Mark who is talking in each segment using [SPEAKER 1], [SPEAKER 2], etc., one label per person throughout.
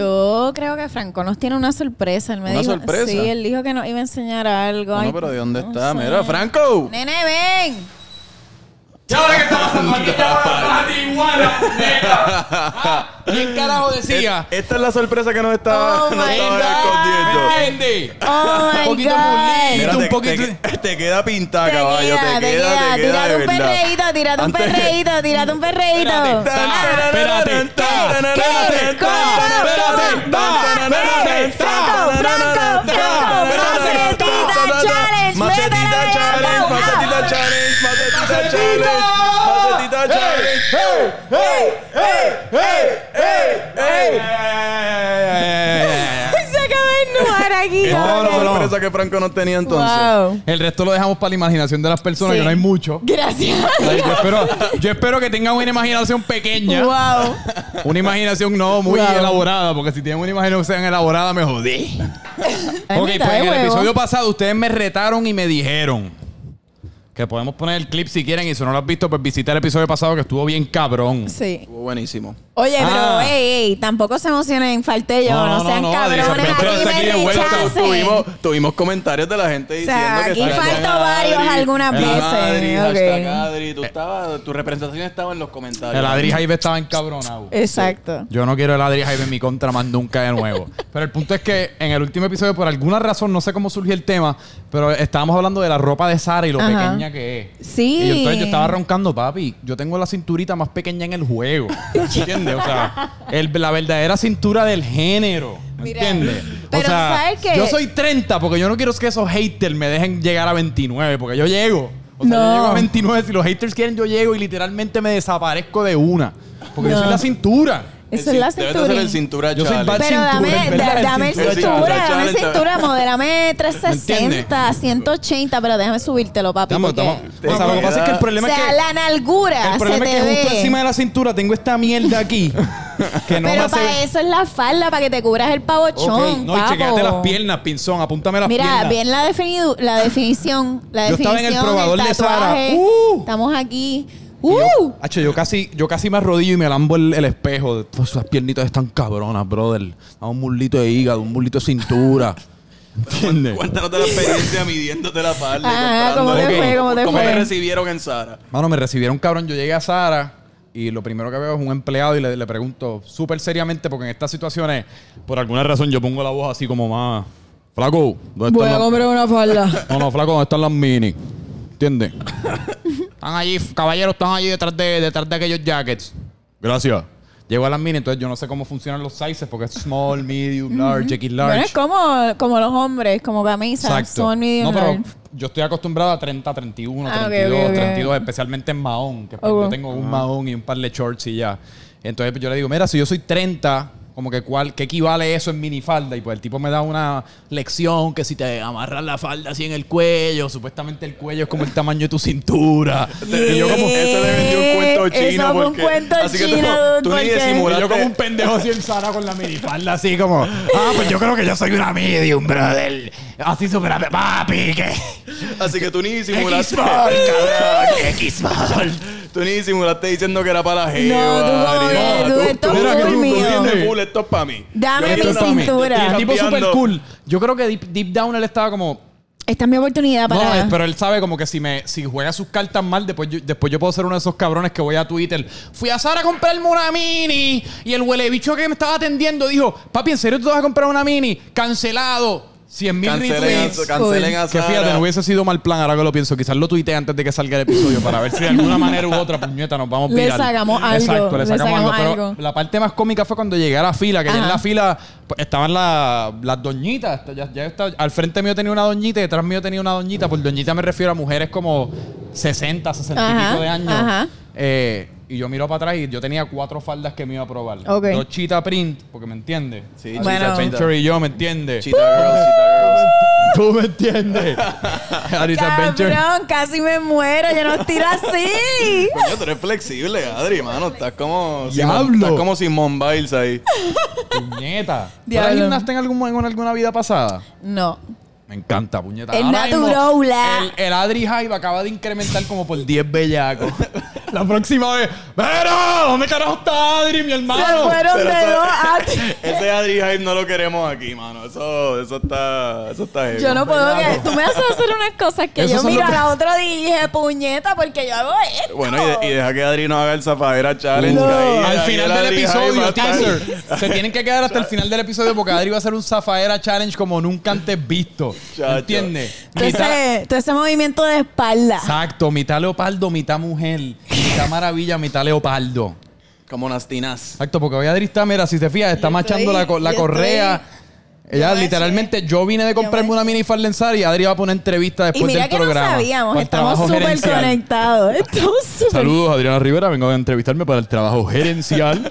[SPEAKER 1] Yo creo que Franco nos tiene una sorpresa. Él me
[SPEAKER 2] ¿Una
[SPEAKER 1] dijo,
[SPEAKER 2] sorpresa?
[SPEAKER 1] Sí, él dijo que nos iba a enseñar algo.
[SPEAKER 2] No,
[SPEAKER 1] Ay,
[SPEAKER 2] pero ¿de dónde
[SPEAKER 1] no
[SPEAKER 2] está?
[SPEAKER 1] sé.
[SPEAKER 2] Mira, Franco.
[SPEAKER 1] Nene, ven.
[SPEAKER 3] ¿Y ahora qué está pasando aquí? ¿Qué ahora pasa, iguana, neta? Ah, ¿Quién carajo decía?
[SPEAKER 2] Esta es la sorpresa que nos estaba,
[SPEAKER 1] Oh
[SPEAKER 2] nos
[SPEAKER 1] my
[SPEAKER 2] estaba
[SPEAKER 1] God.
[SPEAKER 2] escondiendo.
[SPEAKER 3] ¿Me entiendes?
[SPEAKER 1] Oh my
[SPEAKER 3] Un poquito
[SPEAKER 1] God.
[SPEAKER 3] mulito.
[SPEAKER 2] Mira,
[SPEAKER 3] Un
[SPEAKER 2] te,
[SPEAKER 3] poquito-
[SPEAKER 2] te- te queda pintada, caballo. Te queda, te queda,
[SPEAKER 1] Tírate
[SPEAKER 2] de
[SPEAKER 1] un
[SPEAKER 2] verdad.
[SPEAKER 1] perreíto, tírate un
[SPEAKER 2] Antes-
[SPEAKER 1] perreíto, tírate un perreíto.
[SPEAKER 3] Espérate. Espérate.
[SPEAKER 1] Espérate. ¿Cómo?
[SPEAKER 3] Espérate. Espérate.
[SPEAKER 1] Franco, Franco, Franco, macetita challenge, métele, Franco.
[SPEAKER 2] Macetita challenge, macetita challenge, macetita challenge, macetita challenge.
[SPEAKER 1] Se acaba de ennuar aquí.
[SPEAKER 2] Esta es
[SPEAKER 3] No,
[SPEAKER 2] la
[SPEAKER 3] no, no.
[SPEAKER 2] sorpresa que Franco nos tenía entonces.
[SPEAKER 1] Wow.
[SPEAKER 3] El resto lo dejamos para la imaginación de las personas,
[SPEAKER 1] Sí.
[SPEAKER 3] que no hay mucho.
[SPEAKER 1] Gracias.
[SPEAKER 3] Ay, Yo espero, yo espero que tengan una imaginación pequeña.
[SPEAKER 1] Wow.
[SPEAKER 3] Una imaginación no muy
[SPEAKER 1] Wow.
[SPEAKER 3] elaborada, porque si tienen una imaginación elaborada me jodí.
[SPEAKER 1] Ay, mitad
[SPEAKER 3] ok, pues
[SPEAKER 1] de
[SPEAKER 3] en el
[SPEAKER 1] huevo.
[SPEAKER 3] episodio pasado ustedes me retaron y me dijeron que podemos poner el clip si quieren y si no lo has visto, pues visita el episodio pasado que estuvo bien cabrón.
[SPEAKER 1] Sí.
[SPEAKER 2] Estuvo buenísimo.
[SPEAKER 1] Oye,
[SPEAKER 3] Ah.
[SPEAKER 1] pero ey, ey, tampoco se emocionen, falté yo,
[SPEAKER 3] No,
[SPEAKER 1] no,
[SPEAKER 3] no,
[SPEAKER 1] sean
[SPEAKER 3] no,
[SPEAKER 1] cabrones
[SPEAKER 3] de repente
[SPEAKER 1] aquí
[SPEAKER 3] está aquí
[SPEAKER 1] me
[SPEAKER 3] de vuelta,
[SPEAKER 1] rechacen.
[SPEAKER 2] Tuvimos, tuvimos comentarios de la gente
[SPEAKER 1] O
[SPEAKER 2] diciendo
[SPEAKER 1] sea,
[SPEAKER 2] que
[SPEAKER 1] aquí
[SPEAKER 2] estaba
[SPEAKER 1] faltó
[SPEAKER 2] con Adri,
[SPEAKER 1] varios algunas
[SPEAKER 2] la
[SPEAKER 1] veces,
[SPEAKER 2] Adri,
[SPEAKER 1] ok.
[SPEAKER 2] hashtag Adri, tú estabas- tu representación estaba en los comentarios.
[SPEAKER 3] El Adri Jaime estaba encabronado.
[SPEAKER 1] Exacto.
[SPEAKER 3] Yo no quiero el Adri Jaime en mi contra más nunca de nuevo. Pero el punto es que en el último episodio, por alguna razón, no sé cómo surgió el tema, pero estábamos hablando de la ropa de Sara y lo
[SPEAKER 1] Ajá.
[SPEAKER 3] pequeña que es.
[SPEAKER 1] Sí.
[SPEAKER 3] Y yo, entonces yo estaba roncando, papi. Yo tengo la cinturita más pequeña en el juego. ¿Entiendes? O sea, el- la verdadera cintura del género. ¿me
[SPEAKER 1] Mira,
[SPEAKER 3] ¿Entiendes?
[SPEAKER 1] pero
[SPEAKER 3] o sea,
[SPEAKER 1] ¿sabes qué?
[SPEAKER 3] yo soy 30 porque yo no quiero que esos haters me dejen llegar a 29 porque yo llego. O sea, yo
[SPEAKER 1] No.
[SPEAKER 3] llego a 29. Si los haters quieren, yo llego y literalmente me desaparezco de una. Porque yo soy
[SPEAKER 1] No.
[SPEAKER 3] la cintura.
[SPEAKER 2] El
[SPEAKER 1] Eso
[SPEAKER 2] cin-
[SPEAKER 1] es la
[SPEAKER 2] debes de hacer
[SPEAKER 1] cintura.
[SPEAKER 2] el cintura
[SPEAKER 3] Yo soy
[SPEAKER 2] challenge.
[SPEAKER 3] Bad
[SPEAKER 1] Pero dame,
[SPEAKER 3] cintura, es
[SPEAKER 1] da-
[SPEAKER 3] verdad, el
[SPEAKER 1] dame
[SPEAKER 2] cintura.
[SPEAKER 1] cintura,
[SPEAKER 2] Cintura,
[SPEAKER 1] dame
[SPEAKER 2] challenge.
[SPEAKER 1] cintura, modérame
[SPEAKER 3] ¿Entiendes?
[SPEAKER 1] 360, 180, pero déjame subírtelo, papi.
[SPEAKER 3] Estamos,
[SPEAKER 1] porque-
[SPEAKER 3] estamos. O sea, lo que pasa es que el
[SPEAKER 1] O
[SPEAKER 3] problema es
[SPEAKER 1] sea,
[SPEAKER 3] que.
[SPEAKER 1] la nalgura
[SPEAKER 3] El problema
[SPEAKER 1] se
[SPEAKER 3] es
[SPEAKER 1] te
[SPEAKER 3] que
[SPEAKER 1] ve.
[SPEAKER 3] justo encima de la cintura tengo esta mierda aquí. Que no me
[SPEAKER 1] pero
[SPEAKER 3] hace-
[SPEAKER 1] para eso es la falda, para que te cubras el pavochón,
[SPEAKER 3] Ok, no, y
[SPEAKER 1] papo.
[SPEAKER 3] chequeate las piernas, pinzón. Apúntame las
[SPEAKER 1] Mira,
[SPEAKER 3] piernas.
[SPEAKER 1] bien la, definidu- la definición, la
[SPEAKER 3] Yo
[SPEAKER 1] definición,
[SPEAKER 3] estaba en el probador de Sara.
[SPEAKER 1] tatuaje.
[SPEAKER 3] ¡Uh!
[SPEAKER 1] Estamos aquí.
[SPEAKER 3] Y yo-
[SPEAKER 1] ¡Uh!
[SPEAKER 3] Hacho, yo casi, yo casi me arrodillo y me lambo el, el espejo. De todas esas piernitas están cabronas, brother. A un mulito de hígado, un mulito de cintura. ¿Entiendes?
[SPEAKER 2] Cuéntanos de la experiencia midiéndote la falda y
[SPEAKER 1] Ah,
[SPEAKER 2] comprando.
[SPEAKER 1] ¿cómo te
[SPEAKER 3] Ok.
[SPEAKER 1] fue? ¿Cómo te fue?
[SPEAKER 2] recibieron en Sara?
[SPEAKER 3] Mano, me recibieron cabrón. Yo llegué a Sara y lo primero que veo es un empleado y le, le pregunto súper seriamente, porque en estas situaciones, por alguna razón, yo pongo la voz así como más. Flaco, ¿dónde están las-
[SPEAKER 1] una falda.
[SPEAKER 3] No, no, flaco, ¿dónde están las mini? ¿Entiendes? están allí, caballeros, están allí detrás de, detrás de aquellos jackets. Gracias. Llego a las mini, entonces yo no sé cómo funcionan los sizes, porque es small, medium, large, X large.
[SPEAKER 1] Bueno, es como, como los hombres, como camisas. Son medium
[SPEAKER 3] no, pero
[SPEAKER 1] large.
[SPEAKER 3] yo estoy acostumbrado a 30, 31,
[SPEAKER 1] Ah, ok,
[SPEAKER 3] 32,
[SPEAKER 1] ok, ok.
[SPEAKER 3] 32, especialmente en Mahón, que pues
[SPEAKER 1] Ok.
[SPEAKER 3] yo tengo un Mahón y un par de shorts y ya. Entonces pues, yo le digo, mira, si yo soy 30, como que cuál, ¿qué equivale eso en minifalda? Y pues el tipo me da una lección que si te amarras la falda así en el cuello, supuestamente el cuello es como el tamaño de tu cintura.
[SPEAKER 2] Y yo como ese le vendió un cuento
[SPEAKER 1] Eso
[SPEAKER 2] chino
[SPEAKER 1] fue un
[SPEAKER 2] porque
[SPEAKER 1] cuento
[SPEAKER 2] así que tú-
[SPEAKER 1] chino,
[SPEAKER 2] tú, ni
[SPEAKER 1] porque-
[SPEAKER 3] Y
[SPEAKER 2] disimulaste.
[SPEAKER 3] yo como un pendejo así en Sara con la minifalda así como, ah, pues yo creo que yo soy una medium, brother. Así super papi, que...
[SPEAKER 2] Así que tú ni disimulaste. Tú ni disimulaste diciendo que era para la jeva.
[SPEAKER 1] No, tú como
[SPEAKER 2] ni
[SPEAKER 1] que
[SPEAKER 2] nada.
[SPEAKER 1] tú- esto es
[SPEAKER 2] mira, que tú-
[SPEAKER 3] full
[SPEAKER 2] tú
[SPEAKER 3] mío.
[SPEAKER 2] entiendes full, esto es para mí.
[SPEAKER 1] Dame
[SPEAKER 2] Yo
[SPEAKER 1] mi
[SPEAKER 2] esto es pa' mí.
[SPEAKER 1] cintura.
[SPEAKER 2] Yo
[SPEAKER 3] Y el
[SPEAKER 2] estoy
[SPEAKER 3] tipo super
[SPEAKER 2] cambiando.
[SPEAKER 3] cool. Yo creo que deep, deep down él estaba como.
[SPEAKER 1] Esta es mi oportunidad
[SPEAKER 3] No,
[SPEAKER 1] para.
[SPEAKER 3] eh, pero él sabe como que si me si juega sus cartas mal, después yo, después yo puedo ser uno de esos cabrones que voy a Twitter. Fui a Sara a comprarme una mini y el huele bicho que me estaba atendiendo dijo: Papi, ¿en serio tú te vas a comprar una mini? Cancelado. 100 mil
[SPEAKER 2] Cancelen,
[SPEAKER 3] retweets.
[SPEAKER 2] a- cancelen a
[SPEAKER 3] Que
[SPEAKER 2] Sara.
[SPEAKER 3] fíjate, no hubiese sido mal plan, ahora que lo pienso. Quizás lo tuiteé antes de que salga el episodio para ver si de alguna manera u otra, puñeta, nos vamos
[SPEAKER 1] Le
[SPEAKER 3] viral.
[SPEAKER 1] sacamos algo,
[SPEAKER 3] Exacto, le
[SPEAKER 1] le
[SPEAKER 3] sacamos,
[SPEAKER 1] sacamos
[SPEAKER 3] algo.
[SPEAKER 1] algo.
[SPEAKER 3] Pero la parte más cómica fue cuando llegué a la fila, que ya en
[SPEAKER 1] Ajá.
[SPEAKER 3] la fila pues, estaban la- las doñitas. Ya, ya está- al frente mío tenía una doñita y detrás mío tenía una doñita. Por doñita me refiero a mujeres como 60, 60 y
[SPEAKER 1] Ajá,
[SPEAKER 3] pico de años.
[SPEAKER 1] ajá.
[SPEAKER 3] Eh, y yo miro para atrás y yo tenía cuatro faldas que me iba a probar.
[SPEAKER 1] Ok.
[SPEAKER 3] Dos cheetah print, porque me entiendes.
[SPEAKER 2] Sí,
[SPEAKER 3] Adidas
[SPEAKER 1] Bueno.
[SPEAKER 3] Adventure y yo, ¿me entiendes?
[SPEAKER 2] Cheetah girls, cheetah girls.
[SPEAKER 3] Tú me entiendes. Adidas Adventure.
[SPEAKER 1] Cabrón, casi me muero, yo no tiro así.
[SPEAKER 2] Coño, tú eres flexible, Adri, mano. Estás como.
[SPEAKER 3] Diablo.
[SPEAKER 2] Simón- Estás como Simón Biles ahí.
[SPEAKER 3] Puñeta. ¿Tú
[SPEAKER 1] Diablo.
[SPEAKER 3] eras gimnasta en, algún, en alguna vida pasada?
[SPEAKER 1] No.
[SPEAKER 3] Me encanta, puñeta.
[SPEAKER 1] El
[SPEAKER 3] Ahora mismo,
[SPEAKER 1] naturola.
[SPEAKER 3] El, el Adri Hive acaba de incrementar como por 10 bellacos. La próxima vez, ¡Pero! ¿Dónde carajo está Adri, mi
[SPEAKER 4] Se
[SPEAKER 3] hermano?
[SPEAKER 4] fueron
[SPEAKER 2] Pero
[SPEAKER 4] de
[SPEAKER 2] eso-
[SPEAKER 4] dos a tres.
[SPEAKER 2] Ese Adri Hype no lo queremos aquí, mano. Eso, eso está. Eso está heavy.
[SPEAKER 4] Yo no puedo que tú me haces hacer unas cosas que
[SPEAKER 3] Esos
[SPEAKER 4] yo
[SPEAKER 3] son
[SPEAKER 4] mira
[SPEAKER 3] los-
[SPEAKER 4] la otra día y dije, puñeta, porque yo hago esto.
[SPEAKER 2] Bueno, y, de- y deja que Adri nos haga el zafadera challenge.
[SPEAKER 3] No.
[SPEAKER 2] que ahí-
[SPEAKER 3] Al
[SPEAKER 2] ahí
[SPEAKER 3] final
[SPEAKER 2] el
[SPEAKER 3] del
[SPEAKER 2] Adri Hype va a
[SPEAKER 3] episodio,
[SPEAKER 2] estar-
[SPEAKER 3] teaser. Se tienen que quedar hasta el final del episodio porque Adri va a hacer un Zafaera Challenge como nunca antes visto.
[SPEAKER 2] Chacho.
[SPEAKER 3] ¿Entiendes?
[SPEAKER 4] Todo
[SPEAKER 3] Mitad-
[SPEAKER 4] ese, todo ese movimiento de espalda.
[SPEAKER 3] Exacto, mitad leopardo, mitad mujer, mitad maravilla, mitad leopardo.
[SPEAKER 2] Como unas tinas.
[SPEAKER 3] Exacto, porque hoy Adri está, mira, si te fijas, está
[SPEAKER 1] Yo
[SPEAKER 3] machando
[SPEAKER 1] estoy-
[SPEAKER 3] la, co- la
[SPEAKER 1] yo
[SPEAKER 3] correa. Ella
[SPEAKER 1] yo me
[SPEAKER 3] literalmente, yo vine de comprarme
[SPEAKER 1] me
[SPEAKER 3] una mini falda y Adri va a poner entrevista
[SPEAKER 4] Y
[SPEAKER 3] después
[SPEAKER 4] mira
[SPEAKER 3] del
[SPEAKER 4] que
[SPEAKER 3] programa.
[SPEAKER 4] no sabíamos,
[SPEAKER 3] Para el
[SPEAKER 4] estamos
[SPEAKER 3] trabajo
[SPEAKER 4] súper
[SPEAKER 3] gerencial.
[SPEAKER 4] conectados. Estamos súper-
[SPEAKER 3] Saludos, Adriana Rivera, vengo a entrevistarme para el trabajo gerencial.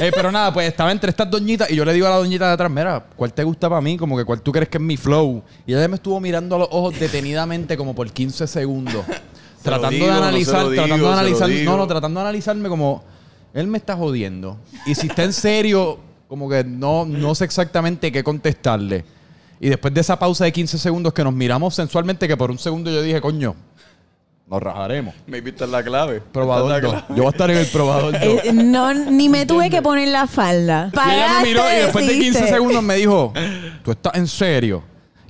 [SPEAKER 3] Eh, pero nada, pues estaba entre estas doñitas y yo le digo a la doñita de atrás, mira, ¿cuál te gusta para mí? Como que cuál tú crees que es mi flow. Y ella me estuvo mirando a los ojos detenidamente como por 15 segundos.
[SPEAKER 2] lo
[SPEAKER 3] tratando
[SPEAKER 2] digo,
[SPEAKER 3] de
[SPEAKER 2] no se lo
[SPEAKER 3] analizar,
[SPEAKER 2] digo,
[SPEAKER 3] tratando de
[SPEAKER 2] se lo
[SPEAKER 3] analizar.
[SPEAKER 2] digo.
[SPEAKER 3] No, no, tratando de analizarme como, él me está jodiendo. Y si está en serio, como que no, no sé exactamente qué contestarle. Y después de esa pausa de 15 segundos que nos miramos sensualmente, que por un segundo yo dije, coño, nos rajaremos.
[SPEAKER 2] Maybe esta es la clave. Esta
[SPEAKER 3] Probador
[SPEAKER 2] es la
[SPEAKER 3] 2.
[SPEAKER 2] clave.
[SPEAKER 3] Yo voy a estar en el probador 2.
[SPEAKER 4] Eh, no, ni me tuve que poner la falda.
[SPEAKER 3] Y ella me miró y
[SPEAKER 4] Pagaste,
[SPEAKER 3] después de 15
[SPEAKER 4] decidiste.
[SPEAKER 3] segundos me dijo, ¿tú estás en serio?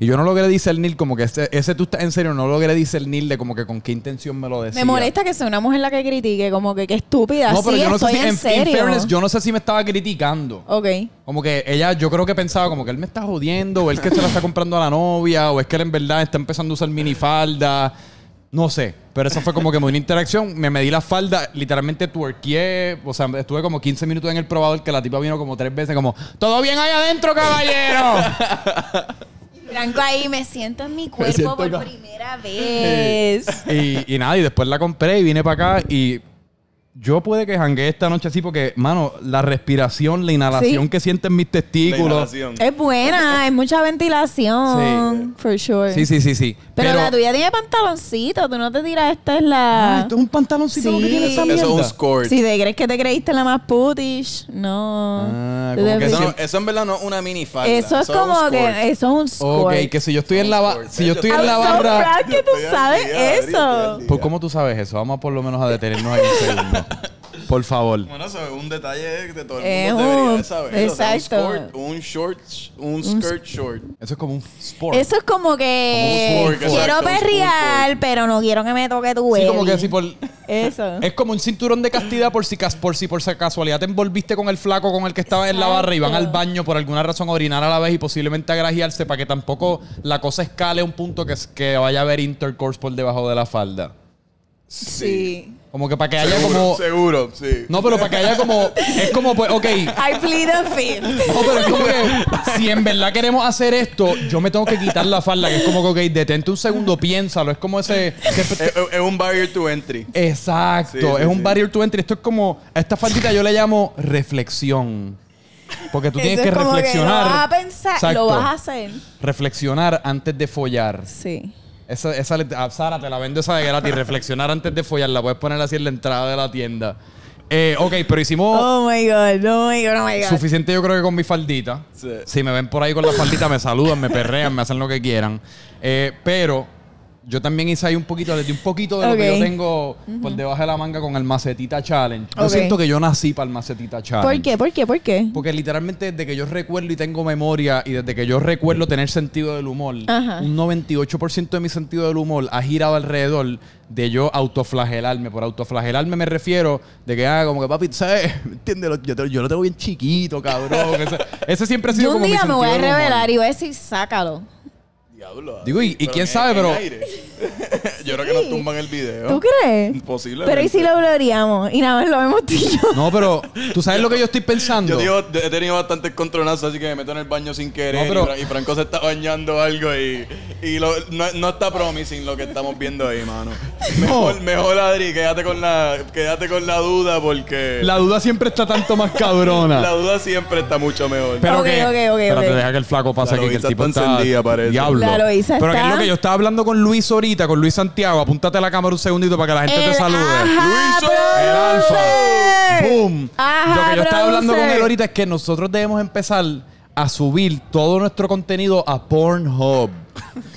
[SPEAKER 3] Y yo no logré discernir como que ese, ese tú estás en serio, no logré discernir de como que con qué intención me lo decía.
[SPEAKER 4] Me molesta que sea una mujer la que critique, como que qué estúpida.
[SPEAKER 3] No, pero
[SPEAKER 4] sí,
[SPEAKER 3] yo no sé
[SPEAKER 4] estoy
[SPEAKER 3] si,
[SPEAKER 4] en,
[SPEAKER 3] en, en
[SPEAKER 4] serio.
[SPEAKER 3] fairness, yo no sé si me estaba criticando.
[SPEAKER 4] Ok.
[SPEAKER 3] Como que ella, yo creo que pensaba como que él me está jodiendo, o él que se la está comprando a la novia, o es que él en verdad está empezando a usar minifalda. No sé, pero esa fue como que muy una interacción. Me medí la falda, literalmente twerqué. O sea, estuve como 15 minutos en el probador que la tipa vino como tres veces, como, ¿todo bien ahí adentro, caballero?
[SPEAKER 1] Franco ahí, me siento en mi
[SPEAKER 3] Me siento
[SPEAKER 1] cuerpo por
[SPEAKER 3] acá.
[SPEAKER 1] primera vez.
[SPEAKER 3] y, y nada, y después la compré y vine para acá y yo puede que jangué esta noche así porque, mano, la respiración, la inhalación
[SPEAKER 4] Sí.
[SPEAKER 3] que sienten mis
[SPEAKER 2] La
[SPEAKER 3] testículos.
[SPEAKER 2] inhalación.
[SPEAKER 4] Es buena, hay mucha ventilación. For sure.
[SPEAKER 3] Sí, sí, sí, sí.
[SPEAKER 4] Pero, la tuya tiene pantaloncito, tú no te tiras, esta es
[SPEAKER 3] Ah,
[SPEAKER 4] la...
[SPEAKER 3] esto es un pantaloncito
[SPEAKER 4] Sí.
[SPEAKER 3] lo que tiene esa
[SPEAKER 2] Eso
[SPEAKER 3] mierda.
[SPEAKER 2] es un score.
[SPEAKER 4] Si te crees que te creíste la más putish, no.
[SPEAKER 3] Ah,
[SPEAKER 4] Tú
[SPEAKER 3] como
[SPEAKER 4] te
[SPEAKER 3] que
[SPEAKER 2] Eso,
[SPEAKER 4] fuiste-
[SPEAKER 2] no- eso en verdad no es una mini falda.
[SPEAKER 4] eso es
[SPEAKER 2] es un
[SPEAKER 4] como
[SPEAKER 2] squirt.
[SPEAKER 4] que eso es un squirt.
[SPEAKER 3] Ok, que si yo estoy en la ba-
[SPEAKER 2] Squirt.
[SPEAKER 3] si yo estoy
[SPEAKER 4] I'm
[SPEAKER 3] en la
[SPEAKER 4] so
[SPEAKER 3] barra,
[SPEAKER 4] proud que tú
[SPEAKER 2] Estoy al
[SPEAKER 4] sabes
[SPEAKER 2] día, Adri, estoy
[SPEAKER 4] eso.
[SPEAKER 2] al día.
[SPEAKER 3] pues cómo tú sabes eso? Vamos por lo menos a detenernos ahí un segundo. Por favor.
[SPEAKER 2] Bueno, eso es un detalle que todo
[SPEAKER 4] Es
[SPEAKER 2] el mundo debería
[SPEAKER 4] un-
[SPEAKER 2] de saber. O sea,
[SPEAKER 4] exacto.
[SPEAKER 2] un, short, un short, un skirt short.
[SPEAKER 3] Eso es como un sport.
[SPEAKER 4] Eso es como que
[SPEAKER 2] Como un squirt,
[SPEAKER 4] quiero
[SPEAKER 2] exacto, un
[SPEAKER 4] perrear,
[SPEAKER 2] squirt.
[SPEAKER 4] pero no quiero que me toque tu
[SPEAKER 3] Sí,
[SPEAKER 4] belly.
[SPEAKER 3] como que si por-
[SPEAKER 4] Eso.
[SPEAKER 3] es como un cinturón de castidad por si cas- por si por si casualidad te envolviste con el flaco con el que estaba en la barra y van al
[SPEAKER 4] Exacto.
[SPEAKER 3] baño por alguna razón a orinar a la vez y posiblemente a grajearse para que tampoco la cosa escale a un punto que, es- que vaya a haber intercourse por debajo de la falda.
[SPEAKER 4] Sí.
[SPEAKER 3] Como que para que haya
[SPEAKER 2] Seguro,
[SPEAKER 3] como
[SPEAKER 2] seguro, sí.
[SPEAKER 3] No, pero para que haya como es como pues ok,
[SPEAKER 4] I plead the fifth.
[SPEAKER 3] No, Oh, pero es como que si en verdad queremos hacer esto, yo me tengo que quitar la falda, que es como que, ok, detente un segundo, piénsalo. Es como ese.
[SPEAKER 2] Es, es- es un barrier to entry.
[SPEAKER 3] Exacto,
[SPEAKER 2] Sí, sí,
[SPEAKER 3] es un
[SPEAKER 2] sí.
[SPEAKER 3] barrier to entry. Esto es como. A esta faldita yo le llamo reflexión. Porque tú
[SPEAKER 4] Eso
[SPEAKER 3] tienes
[SPEAKER 4] es
[SPEAKER 3] que
[SPEAKER 4] como
[SPEAKER 3] reflexionar.
[SPEAKER 4] lo vas a pensar,
[SPEAKER 3] Exacto.
[SPEAKER 4] lo vas a hacer.
[SPEAKER 3] Reflexionar antes de follar.
[SPEAKER 4] Sí.
[SPEAKER 3] Esa, esa le- ah, Sara, te la vendo esa de gratis. Reflexionar antes de follar. La puedes poner así en la entrada de la tienda. Eh, ok, pero hicimos.
[SPEAKER 4] Oh my god, oh my god, oh my god.
[SPEAKER 3] Suficiente yo creo que con mi faldita.
[SPEAKER 2] Sí.
[SPEAKER 3] Si me ven por ahí con la faldita, me saludan, me perrean, me hacen lo que quieran. Eh, pero yo también hice ahí un poquito, desde un poquito de lo que
[SPEAKER 4] Ok.
[SPEAKER 3] yo tengo por debajo de la manga con el macetita challenge. Yo
[SPEAKER 4] Ok.
[SPEAKER 3] siento que yo nací para el macetita challenge.
[SPEAKER 4] ¿Por qué? ¿Por qué? ¿Por qué?
[SPEAKER 3] Porque literalmente desde que yo recuerdo y tengo memoria y desde que yo recuerdo tener sentido del humor,
[SPEAKER 4] Ajá.
[SPEAKER 3] un 98% de mi sentido del humor ha girado alrededor de yo autoflagelarme. Por autoflagelarme me refiero de que, ah, como que papi, ¿sabes? ¿Entiendes? Yo, te- yo lo tengo bien chiquito, cabrón. Ese, ese siempre ha sido
[SPEAKER 4] Yo un
[SPEAKER 3] como mi
[SPEAKER 4] día me
[SPEAKER 3] sentido
[SPEAKER 4] voy a
[SPEAKER 3] del humor.
[SPEAKER 4] revelar y voy a decir, sácalo.
[SPEAKER 2] Diablo.
[SPEAKER 3] Digo, y- y
[SPEAKER 2] pero
[SPEAKER 3] quién
[SPEAKER 2] en-
[SPEAKER 3] sabe,
[SPEAKER 2] en
[SPEAKER 3] pero-
[SPEAKER 2] aire. yo creo que nos tumban el video.
[SPEAKER 4] ¿Tú crees?
[SPEAKER 2] Imposible.
[SPEAKER 4] Pero ¿y si lo gloriamos? Y nada más lo vemos tú y yo.
[SPEAKER 3] No, pero tú sabes lo que yo estoy pensando.
[SPEAKER 2] Yo digo, he tenido bastantes contronazos, así que me meto en el baño sin querer.
[SPEAKER 3] No, pero-
[SPEAKER 2] y Fra- Y Franco se está bañando algo y, y lo- no, no está promising lo que estamos viendo ahí, mano. Mejor, mejor Adri, quédate con, la, quédate con la duda porque
[SPEAKER 3] La
[SPEAKER 2] la,
[SPEAKER 3] duda siempre está tanto más cabrona.
[SPEAKER 2] duda siempre está mucho mejor.
[SPEAKER 3] Pero
[SPEAKER 4] Ok,
[SPEAKER 3] que,
[SPEAKER 4] ok, ok,
[SPEAKER 3] espérate,
[SPEAKER 4] ok.
[SPEAKER 3] deja que el flaco
[SPEAKER 2] La
[SPEAKER 3] pase aquí, que el
[SPEAKER 2] Loisa
[SPEAKER 3] tipo
[SPEAKER 2] está
[SPEAKER 3] está
[SPEAKER 2] encendida, parece.
[SPEAKER 3] diablo.
[SPEAKER 4] La Loisa
[SPEAKER 3] Pero que es
[SPEAKER 4] está-
[SPEAKER 3] lo que yo estaba hablando con Luis ahorita, con Luis Santiago. Apúntate a la cámara un segundito para que la gente te
[SPEAKER 4] El
[SPEAKER 3] salude.
[SPEAKER 4] ajá,
[SPEAKER 3] Luis, el alfa.
[SPEAKER 4] producer.
[SPEAKER 3] Boom.
[SPEAKER 4] Ajá,
[SPEAKER 3] lo que yo estaba hablando con
[SPEAKER 4] producer.
[SPEAKER 3] él ahorita es que nosotros debemos empezar a subir todo nuestro contenido a Pornhub.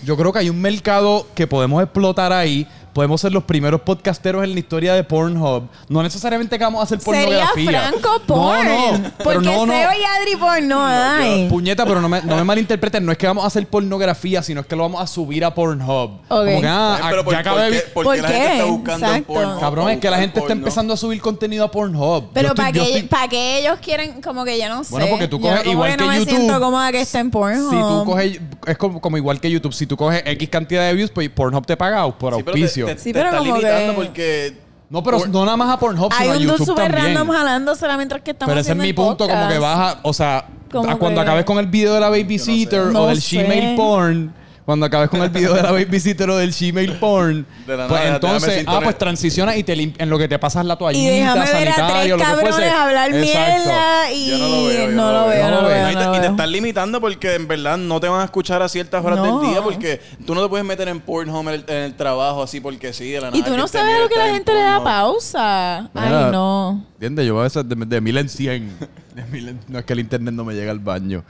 [SPEAKER 3] Yo creo que hay un mercado que podemos explotar ahí. Podemos ser los primeros podcasteros en la historia de Pornhub. No necesariamente que vamos a hacer
[SPEAKER 1] Sería
[SPEAKER 3] pornografía.
[SPEAKER 1] Franco Porn.
[SPEAKER 3] No, no. Pero
[SPEAKER 1] Porque
[SPEAKER 3] no, no.
[SPEAKER 1] Seo y Adri Porn no hay.
[SPEAKER 3] Puñeta, pero no me, no me malinterpreten. No es que vamos a hacer pornografía, sino es que lo vamos a subir a Pornhub. Como que, ah,
[SPEAKER 2] Eh, pero
[SPEAKER 3] ya
[SPEAKER 2] ¿por,
[SPEAKER 3] acabé de
[SPEAKER 2] por qué,
[SPEAKER 3] vi-
[SPEAKER 2] por
[SPEAKER 1] ¿Por
[SPEAKER 2] qué la
[SPEAKER 1] qué?
[SPEAKER 2] gente está buscando en
[SPEAKER 1] Exacto.
[SPEAKER 2] porno?
[SPEAKER 3] Cabrón, es que la gente está
[SPEAKER 2] Porno.
[SPEAKER 3] empezando a subir contenido a Pornhub. Yo
[SPEAKER 1] Pero
[SPEAKER 3] estoy-
[SPEAKER 1] para
[SPEAKER 3] yo
[SPEAKER 1] que,
[SPEAKER 3] estoy-
[SPEAKER 1] pa' que ellos quieran, como que yo no sé.
[SPEAKER 3] Bueno, porque tú
[SPEAKER 1] Yo
[SPEAKER 3] coges
[SPEAKER 1] como
[SPEAKER 3] igual que
[SPEAKER 1] no me
[SPEAKER 3] YouTube.
[SPEAKER 1] siento cómoda que esté en Pornhub.
[SPEAKER 3] Si tú coges, es como, como igual que YouTube, si tú coges X cantidad de views, pues Pornhub te paga por
[SPEAKER 2] Sí, pero te- te-
[SPEAKER 3] auspicio.
[SPEAKER 1] Sí,
[SPEAKER 2] te
[SPEAKER 1] pero
[SPEAKER 2] está
[SPEAKER 1] como
[SPEAKER 2] limitando
[SPEAKER 1] que-
[SPEAKER 2] porque...
[SPEAKER 3] no, pero
[SPEAKER 2] por-
[SPEAKER 3] no nada más a Pornhub,
[SPEAKER 1] Hay
[SPEAKER 3] sino a
[SPEAKER 1] un dude
[SPEAKER 3] YouTube
[SPEAKER 1] super
[SPEAKER 3] también.
[SPEAKER 1] random jalándosela mientras que estamos
[SPEAKER 3] Pero ese es
[SPEAKER 1] haciendo
[SPEAKER 3] mi
[SPEAKER 1] el
[SPEAKER 3] punto, como que
[SPEAKER 1] podcast.
[SPEAKER 3] baja, o sea,
[SPEAKER 1] Como
[SPEAKER 3] a cuando
[SPEAKER 1] que-
[SPEAKER 3] acabes con el video de la babysitter
[SPEAKER 1] No
[SPEAKER 3] o del
[SPEAKER 1] sé.
[SPEAKER 3] Gmail porn, cuando acabes con el video de la babysitter o del Gmail porn,
[SPEAKER 2] De la nada,
[SPEAKER 3] pues
[SPEAKER 2] déjame
[SPEAKER 3] entonces, ah,
[SPEAKER 2] sintonizar.
[SPEAKER 3] pues transicionas y te lim- en lo que te pasas la
[SPEAKER 1] Y
[SPEAKER 3] toallita,
[SPEAKER 1] déjame ver a
[SPEAKER 3] sanitario,
[SPEAKER 1] tres
[SPEAKER 3] lo que
[SPEAKER 1] cabrones
[SPEAKER 3] fuese.
[SPEAKER 1] hablar
[SPEAKER 3] Exacto.
[SPEAKER 1] mierda y
[SPEAKER 2] Yo no lo veo, yo
[SPEAKER 1] no lo veo, no lo veo,
[SPEAKER 2] Y
[SPEAKER 1] no lo
[SPEAKER 2] te, y te
[SPEAKER 1] veo.
[SPEAKER 2] están limitando porque en verdad no te van a escuchar a ciertas horas
[SPEAKER 1] No.
[SPEAKER 2] del día porque tú no te puedes meter en Pornhub en el, en el trabajo así porque sí, de la nada.
[SPEAKER 1] Y tú
[SPEAKER 2] que
[SPEAKER 1] no
[SPEAKER 2] este
[SPEAKER 1] sabes
[SPEAKER 2] mira
[SPEAKER 1] lo que
[SPEAKER 2] está
[SPEAKER 1] la
[SPEAKER 2] en
[SPEAKER 1] gente le da
[SPEAKER 2] Pornhub.
[SPEAKER 1] pausa.
[SPEAKER 3] Mira,
[SPEAKER 1] Ay, no.
[SPEAKER 3] ¿Entiendes? Yo a veces de, de mil en cien. De mil en- no es que el internet no me llega al baño.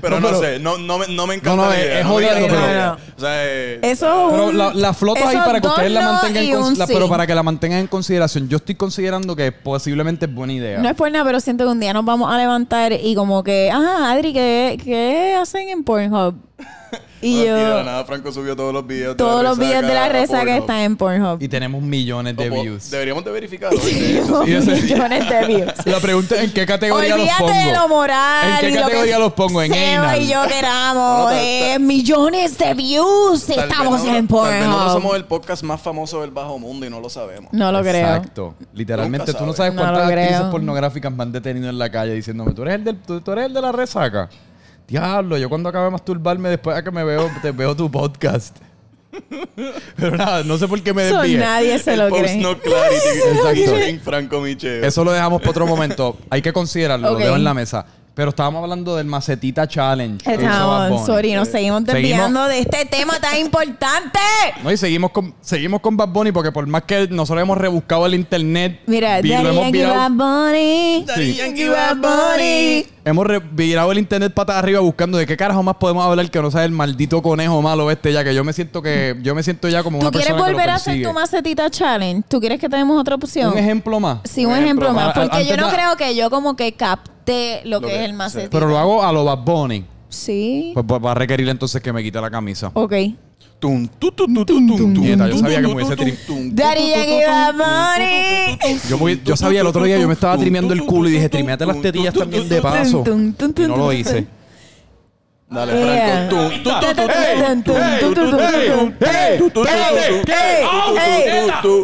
[SPEAKER 2] Pero
[SPEAKER 3] No,
[SPEAKER 2] no,
[SPEAKER 3] pero-
[SPEAKER 2] sé, no, no, me, no me encanta
[SPEAKER 3] No, no,
[SPEAKER 2] la
[SPEAKER 3] es-
[SPEAKER 2] idea.
[SPEAKER 3] es
[SPEAKER 2] no me
[SPEAKER 3] jodido,
[SPEAKER 2] encanta la
[SPEAKER 1] pero-
[SPEAKER 2] idea. O sea, eh,
[SPEAKER 1] Eso es
[SPEAKER 3] Pero
[SPEAKER 1] un-
[SPEAKER 3] la, la flota ahí
[SPEAKER 1] esos
[SPEAKER 3] para que
[SPEAKER 1] dos
[SPEAKER 3] ustedes la
[SPEAKER 1] no
[SPEAKER 3] mantengan
[SPEAKER 1] y
[SPEAKER 3] en cons-
[SPEAKER 1] un
[SPEAKER 3] la-
[SPEAKER 1] sí.
[SPEAKER 3] pero para que la mantengan en consideración. Yo estoy considerando que posiblemente es buena idea.
[SPEAKER 1] No es por nada, pero siento que un día nos vamos a levantar y como que, ah, Adri, ¿qué, qué hacen en Pornhub? Y
[SPEAKER 2] bueno, de la
[SPEAKER 1] yo,
[SPEAKER 2] nada Franco subió todos los videos. de la
[SPEAKER 1] todos los
[SPEAKER 2] resaca
[SPEAKER 1] videos de la reza que
[SPEAKER 2] a
[SPEAKER 1] están en Pornhub.
[SPEAKER 3] Y tenemos millones de
[SPEAKER 2] Ojo,
[SPEAKER 3] views.
[SPEAKER 2] Deberíamos de verificarlo.
[SPEAKER 3] y ese-
[SPEAKER 1] millones de views.
[SPEAKER 3] La pregunta es en qué categoría los
[SPEAKER 1] Olvídate
[SPEAKER 3] pongo.
[SPEAKER 1] de lo moral.
[SPEAKER 3] ¿En qué
[SPEAKER 1] y lo que
[SPEAKER 3] categoría los pongo? En
[SPEAKER 1] Seba
[SPEAKER 3] anal.
[SPEAKER 1] y yo
[SPEAKER 2] No,
[SPEAKER 1] queramos.
[SPEAKER 2] tal-
[SPEAKER 1] eh,
[SPEAKER 2] tal-
[SPEAKER 1] millones de views.
[SPEAKER 2] Tal vez
[SPEAKER 1] Estamos
[SPEAKER 2] no-
[SPEAKER 1] en
[SPEAKER 2] Tal vez nosotros somos
[SPEAKER 1] Pornhub.
[SPEAKER 2] el podcast más famoso del bajo mundo y no lo sabemos.
[SPEAKER 1] No lo creo.
[SPEAKER 3] Exacto. Literalmente
[SPEAKER 2] Nunca
[SPEAKER 3] tú no
[SPEAKER 2] sabes.
[SPEAKER 3] sabes
[SPEAKER 1] No
[SPEAKER 3] cuántas
[SPEAKER 1] lo creo.
[SPEAKER 3] actrices pornográficas me han detenido en la calle diciéndome, tú eres el, del, tú, tú eres el de la resaca. Diablo, yo cuando acabo de masturbarme después de que me veo, te veo tu podcast. Pero nada, no sé por qué me
[SPEAKER 1] Eso
[SPEAKER 3] desvié.
[SPEAKER 1] nadie se
[SPEAKER 2] El
[SPEAKER 1] lo
[SPEAKER 2] post
[SPEAKER 1] cree.
[SPEAKER 2] no clarity.
[SPEAKER 3] Exacto.
[SPEAKER 2] featuring Franco Micheo.
[SPEAKER 3] Eso lo dejamos para otro momento. Hay que considerarlo,
[SPEAKER 1] Ok.
[SPEAKER 3] lo dejo en la mesa. Pero estábamos hablando del macetita challenge. que hizo Bad Bunny.
[SPEAKER 1] Estamos, sorry, nos seguimos
[SPEAKER 3] Eh, Seguimos-
[SPEAKER 1] desviando de este tema tan importante.
[SPEAKER 3] No, y seguimos con, seguimos con Bad Bunny porque por más que nosotros hemos rebuscado el internet,
[SPEAKER 1] Mira,
[SPEAKER 3] vi- lo
[SPEAKER 1] Daddy
[SPEAKER 3] hemos
[SPEAKER 1] Yankee
[SPEAKER 3] virado-
[SPEAKER 1] Bad Bunny.
[SPEAKER 2] Daddy
[SPEAKER 3] Sí.
[SPEAKER 2] Yankee Bad Bunny.
[SPEAKER 3] Hemos re- virado el internet patas arriba buscando de qué carajo más podemos hablar que no sea el maldito conejo malo este ya que yo me siento que yo me siento ya como
[SPEAKER 1] ¿Tú
[SPEAKER 3] una persona
[SPEAKER 1] quieres volver
[SPEAKER 3] que lo
[SPEAKER 1] a hacer
[SPEAKER 3] persigue.
[SPEAKER 1] tu macetita challenge? ¿Tú quieres que tenemos otra opción?
[SPEAKER 3] un ejemplo más.
[SPEAKER 1] Sí, un
[SPEAKER 2] Un
[SPEAKER 1] ejemplo
[SPEAKER 2] ejemplo
[SPEAKER 1] más.
[SPEAKER 3] más.
[SPEAKER 1] Porque yo
[SPEAKER 3] Antes
[SPEAKER 1] no
[SPEAKER 3] da-
[SPEAKER 1] creo que yo como que capté lo, que, es el macetita.
[SPEAKER 3] Pero lo hago a lo Bad Bunny.
[SPEAKER 1] Sí.
[SPEAKER 3] Pues va va a requerir entonces que me quite la camisa.
[SPEAKER 1] Ok.
[SPEAKER 2] Tum, tu, tu, tu, tu, tum, tum,
[SPEAKER 3] Nieta, yo
[SPEAKER 2] tum,
[SPEAKER 3] sabía que
[SPEAKER 2] tum,
[SPEAKER 3] me hubiese
[SPEAKER 2] tum,
[SPEAKER 3] trim-
[SPEAKER 2] tum, tum,
[SPEAKER 1] Daddy
[SPEAKER 2] tum,
[SPEAKER 1] Yankee
[SPEAKER 2] tum,
[SPEAKER 1] Bad
[SPEAKER 2] tum,
[SPEAKER 1] Bunny.
[SPEAKER 3] Yo, muy- yo sabía el otro día, yo me estaba trimeando el culo y dije, trimeate las tetillas también de paso. Y no lo hice.
[SPEAKER 2] tum. Dale, Franco. Tum, tum, tum, tum,
[SPEAKER 1] Tum, tum,
[SPEAKER 2] tum,
[SPEAKER 1] tum,
[SPEAKER 2] tum,
[SPEAKER 1] tum,
[SPEAKER 2] tum,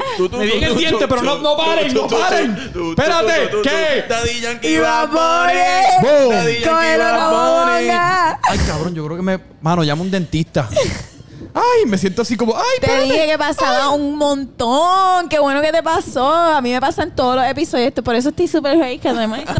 [SPEAKER 1] tum,
[SPEAKER 2] tum, tum,
[SPEAKER 1] tum, tum, tum,
[SPEAKER 2] tum, tum, tum, tum,
[SPEAKER 3] Me di en el
[SPEAKER 2] tum,
[SPEAKER 3] diente,
[SPEAKER 2] tum,
[SPEAKER 3] pero no-
[SPEAKER 2] tum,
[SPEAKER 3] no paren,
[SPEAKER 2] tum, tum,
[SPEAKER 3] no
[SPEAKER 2] tum,
[SPEAKER 3] paren.
[SPEAKER 2] tum, tum,
[SPEAKER 3] Espérate,
[SPEAKER 2] tum, tum,
[SPEAKER 3] ¿qué?
[SPEAKER 2] Daddy Yankee
[SPEAKER 1] Bad
[SPEAKER 2] Bad
[SPEAKER 1] Bunny.
[SPEAKER 2] Bunny.
[SPEAKER 3] Boom.
[SPEAKER 2] Daddy Yankee
[SPEAKER 1] Cógelo
[SPEAKER 2] Bad
[SPEAKER 1] como
[SPEAKER 2] Bunny.
[SPEAKER 1] boca.
[SPEAKER 3] Ay, cabrón, yo creo que me. Mano, llamo a un dentista. Ay, me siento así como. Ay,
[SPEAKER 1] Te
[SPEAKER 3] espérate.
[SPEAKER 1] dije que pasaba un montón. Qué bueno que te pasó. A mí me pasan todos los episodios. esto- Por eso estoy súper feliz que tenemos esto.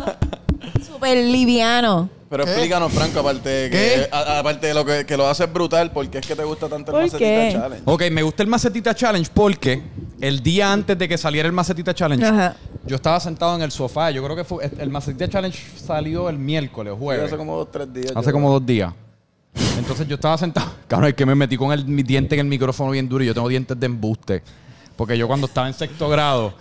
[SPEAKER 1] Súper liviano.
[SPEAKER 2] Pero explícanos, Franco, aparte de,
[SPEAKER 3] ¿Qué?
[SPEAKER 2] que, a- aparte de lo que, que lo haces brutal, ¿por qué es que te gusta tanto
[SPEAKER 1] ¿Por
[SPEAKER 2] el Macetita
[SPEAKER 1] qué?
[SPEAKER 2] Challenge?
[SPEAKER 3] Ok, me gusta el Macetita Challenge porque el día antes de que saliera el Macetita Challenge,
[SPEAKER 1] Ajá.
[SPEAKER 3] yo estaba sentado en el sofá. Yo creo que fue. El Macetita Challenge salió el miércoles o jueves.
[SPEAKER 2] Hace como dos, tres días.
[SPEAKER 3] Hace
[SPEAKER 2] yo-
[SPEAKER 3] como dos días. Entonces yo estaba sentado. Cabrón, es que me metí con el, mi diente en el micrófono bien duro y yo tengo dientes de embuste. Porque yo cuando estaba en sexto grado,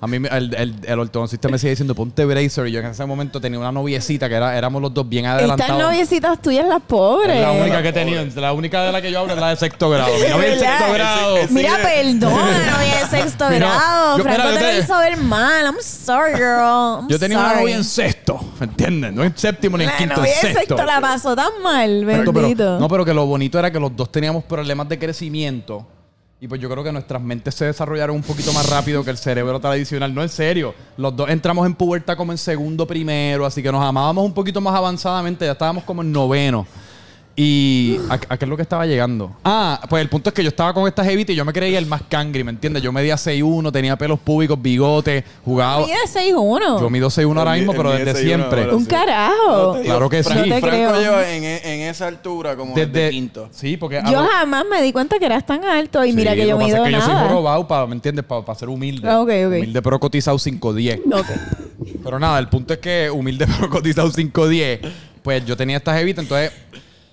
[SPEAKER 3] a mí me- el, el, el ortodoncista me sigue diciendo, ponte bracer. Y yo en ese momento tenía una noviecita que era, éramos los dos bien
[SPEAKER 1] Estas
[SPEAKER 3] adelantados.
[SPEAKER 1] noviecitas tuyas, las
[SPEAKER 3] Es
[SPEAKER 1] pobres.
[SPEAKER 3] la única que he tenido. La única de la que yo hablo es la de sexto grado. Mi novia es de
[SPEAKER 1] ¿Verdad?
[SPEAKER 3] sexto grado.
[SPEAKER 2] Es- es-
[SPEAKER 1] Mira, pues,
[SPEAKER 2] Sí.
[SPEAKER 1] perdona, novia de sexto
[SPEAKER 3] Mira,
[SPEAKER 1] grado.
[SPEAKER 3] yo-
[SPEAKER 1] Franco
[SPEAKER 3] mira, yo
[SPEAKER 1] te
[SPEAKER 3] te-
[SPEAKER 1] lo hizo ver mal. I'm sorry, girl. I'm
[SPEAKER 3] Yo tenía una
[SPEAKER 1] sorry.
[SPEAKER 3] novia en sexto, ¿me entiendes? No en séptimo ni en
[SPEAKER 1] La
[SPEAKER 3] quinto, en
[SPEAKER 1] novia de
[SPEAKER 3] sexto.
[SPEAKER 1] sexto la pasó tan mal,
[SPEAKER 3] Exacto,
[SPEAKER 1] bendito.
[SPEAKER 3] pero- no, pero que lo bonito era que los dos teníamos problemas de crecimiento. Y pues yo creo que nuestras mentes se desarrollaron un poquito más rápido que el cerebro tradicional. No, en serio. Los dos entramos en pubertad como en segundo primero, así que nos amábamos un poquito más avanzadamente. Ya estábamos como en noveno. Y ¿a, a qué es lo que estaba llegando? Ah, pues el punto es que yo estaba con esta jevita y yo me creía el más cangri, ¿me entiendes? Yo medía 6'1, tenía pelos públicos, bigote, jugaba...
[SPEAKER 1] Mira, 6-1.
[SPEAKER 3] Yo mido 6'1 ahora
[SPEAKER 2] Él
[SPEAKER 3] mismo,
[SPEAKER 2] mi-
[SPEAKER 3] pero
[SPEAKER 2] él mide
[SPEAKER 3] desde
[SPEAKER 2] 6'1
[SPEAKER 3] siempre.
[SPEAKER 2] ahora.
[SPEAKER 1] Oh. Un carajo.
[SPEAKER 2] te digo,
[SPEAKER 3] Claro que sí.
[SPEAKER 2] Fran-
[SPEAKER 1] No te
[SPEAKER 2] Franco
[SPEAKER 1] creo.
[SPEAKER 2] lleva en, en esa altura como desde,
[SPEAKER 3] Desde
[SPEAKER 2] quinto.
[SPEAKER 3] Sí, porque...
[SPEAKER 2] Eh,
[SPEAKER 3] a
[SPEAKER 1] Yo
[SPEAKER 3] los-
[SPEAKER 1] jamás me di cuenta que eras tan alto y mira
[SPEAKER 3] Sí,
[SPEAKER 1] que
[SPEAKER 3] lo
[SPEAKER 1] yo
[SPEAKER 3] pasa
[SPEAKER 1] mido
[SPEAKER 3] es que Yo soy
[SPEAKER 1] nada.
[SPEAKER 3] jorobado, pa- ¿me entiendes? Para ser humilde.
[SPEAKER 1] Ah, ok, ok.
[SPEAKER 3] Humilde pero cotizado 510.
[SPEAKER 1] Ok.
[SPEAKER 3] Pero nada, el punto es que humilde pero cotizado 510, pues yo tenía esta jevita, entonces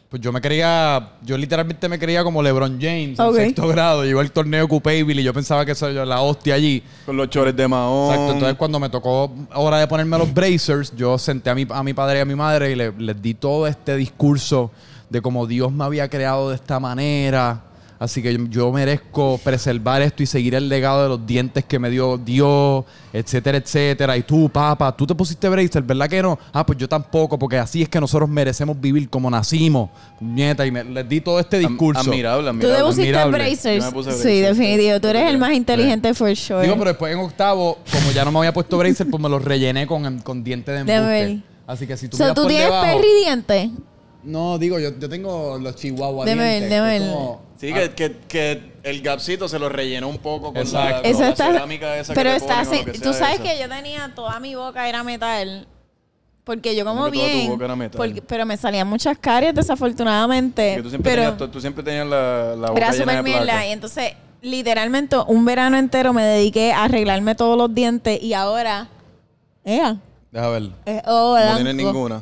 [SPEAKER 3] Pues yo me creía, yo literalmente me creía como LeBron James
[SPEAKER 1] Ok.
[SPEAKER 3] en sexto grado. Llegó el torneo Cupable y yo pensaba que eso era la hostia allí.
[SPEAKER 2] Con los chores de Mahón.
[SPEAKER 3] Exacto, entonces cuando me tocó hora de ponerme los bracers, yo senté a mi, a mi padre y a mi madre y le- les di todo este discurso de cómo Dios me había creado de esta manera. Así que yo, yo merezco preservar esto y seguir el legado de los dientes que me dio Dios, etcétera, etcétera. Y tú, papá, tú te pusiste bracer, ¿verdad que no? Ah, pues yo tampoco, porque así es que nosotros merecemos vivir como nacimos, nieta. Y me- les di todo este
[SPEAKER 2] Am- ah,
[SPEAKER 3] discurso.
[SPEAKER 2] Admirable,
[SPEAKER 1] Tú
[SPEAKER 2] admirable.
[SPEAKER 1] te pusiste
[SPEAKER 3] admirable.
[SPEAKER 1] bracers.
[SPEAKER 2] Yo me puse
[SPEAKER 1] Sí,
[SPEAKER 2] bracers.
[SPEAKER 1] definitivo. Tú eres el más inteligente, for sure.
[SPEAKER 3] Digo, pero después en octavo, como ya no me había puesto bracer, pues me los rellené con, con dientes de
[SPEAKER 1] De
[SPEAKER 3] embuste.
[SPEAKER 1] ver.
[SPEAKER 3] Así que si
[SPEAKER 1] O
[SPEAKER 3] tú
[SPEAKER 1] sea,
[SPEAKER 3] miras
[SPEAKER 1] tú
[SPEAKER 3] por
[SPEAKER 1] tienes
[SPEAKER 3] debajo-
[SPEAKER 1] perri diente.
[SPEAKER 3] No, digo, yo, yo tengo los chihuahua
[SPEAKER 1] De ver,
[SPEAKER 3] dientes,
[SPEAKER 1] de
[SPEAKER 3] que
[SPEAKER 1] ver.
[SPEAKER 3] como- Ah,
[SPEAKER 2] Sí, que, que, que el gapcito se lo rellenó un poco con la,
[SPEAKER 3] Exacto.
[SPEAKER 2] con
[SPEAKER 1] Eso
[SPEAKER 2] la
[SPEAKER 1] está.
[SPEAKER 2] cerámica esa que
[SPEAKER 1] pero
[SPEAKER 2] te
[SPEAKER 1] está.
[SPEAKER 2] ponen o lo
[SPEAKER 1] se-
[SPEAKER 2] que
[SPEAKER 1] tú
[SPEAKER 2] sea
[SPEAKER 1] sabes
[SPEAKER 2] esa.
[SPEAKER 1] que yo tenía toda mi boca era metal. Porque yo como
[SPEAKER 2] Como que toda tu
[SPEAKER 1] bien.
[SPEAKER 2] boca era metal.
[SPEAKER 1] porque- pero me salían muchas caries, desafortunadamente.
[SPEAKER 2] Que tú siempre
[SPEAKER 1] pero
[SPEAKER 2] tenías, tú- tú siempre tenías la, la boca
[SPEAKER 1] era
[SPEAKER 2] llena de
[SPEAKER 1] súper
[SPEAKER 2] placa.
[SPEAKER 1] mierda. Y entonces, literalmente, un verano entero me dediqué a arreglarme todos los dientes. Y ahora. Ea.
[SPEAKER 3] Deja ver.
[SPEAKER 1] es oro
[SPEAKER 2] No tienes
[SPEAKER 1] blanco.
[SPEAKER 2] ninguna.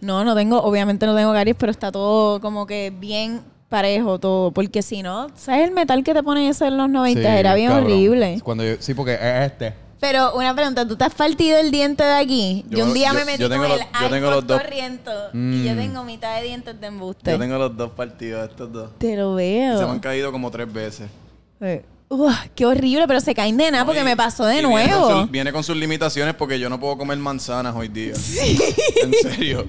[SPEAKER 1] No, no tengo, obviamente no tengo caries, pero está todo como que bien parejo todo, porque si no, ¿sabes el metal que te ponen eso en los 90?
[SPEAKER 3] Sí,
[SPEAKER 1] Era bien
[SPEAKER 3] cabrón.
[SPEAKER 1] horrible.
[SPEAKER 3] Cuando yo- sí, porque es este.
[SPEAKER 1] Pero una pregunta, ¿tú te has partido el diente de aquí? Yo,
[SPEAKER 2] Yo-
[SPEAKER 1] un día
[SPEAKER 2] yo-
[SPEAKER 1] me metí
[SPEAKER 2] yo tengo
[SPEAKER 1] con
[SPEAKER 2] los-
[SPEAKER 1] el
[SPEAKER 2] yo tengo los
[SPEAKER 1] iPhone
[SPEAKER 2] dos. Mm.
[SPEAKER 1] corriente y yo tengo mitad de dientes de embuste.
[SPEAKER 2] Yo tengo los dos partidos, estos dos.
[SPEAKER 1] Te lo
[SPEAKER 2] Y Se me han
[SPEAKER 1] veo.
[SPEAKER 2] caído como tres veces.
[SPEAKER 1] Eh, uah, qué horrible, pero se caen de nada porque
[SPEAKER 2] Y-
[SPEAKER 1] me pasó de
[SPEAKER 2] y viene con
[SPEAKER 1] nuevo.
[SPEAKER 2] sus- viene con sus limitaciones porque yo no puedo comer manzanas hoy día. En serio.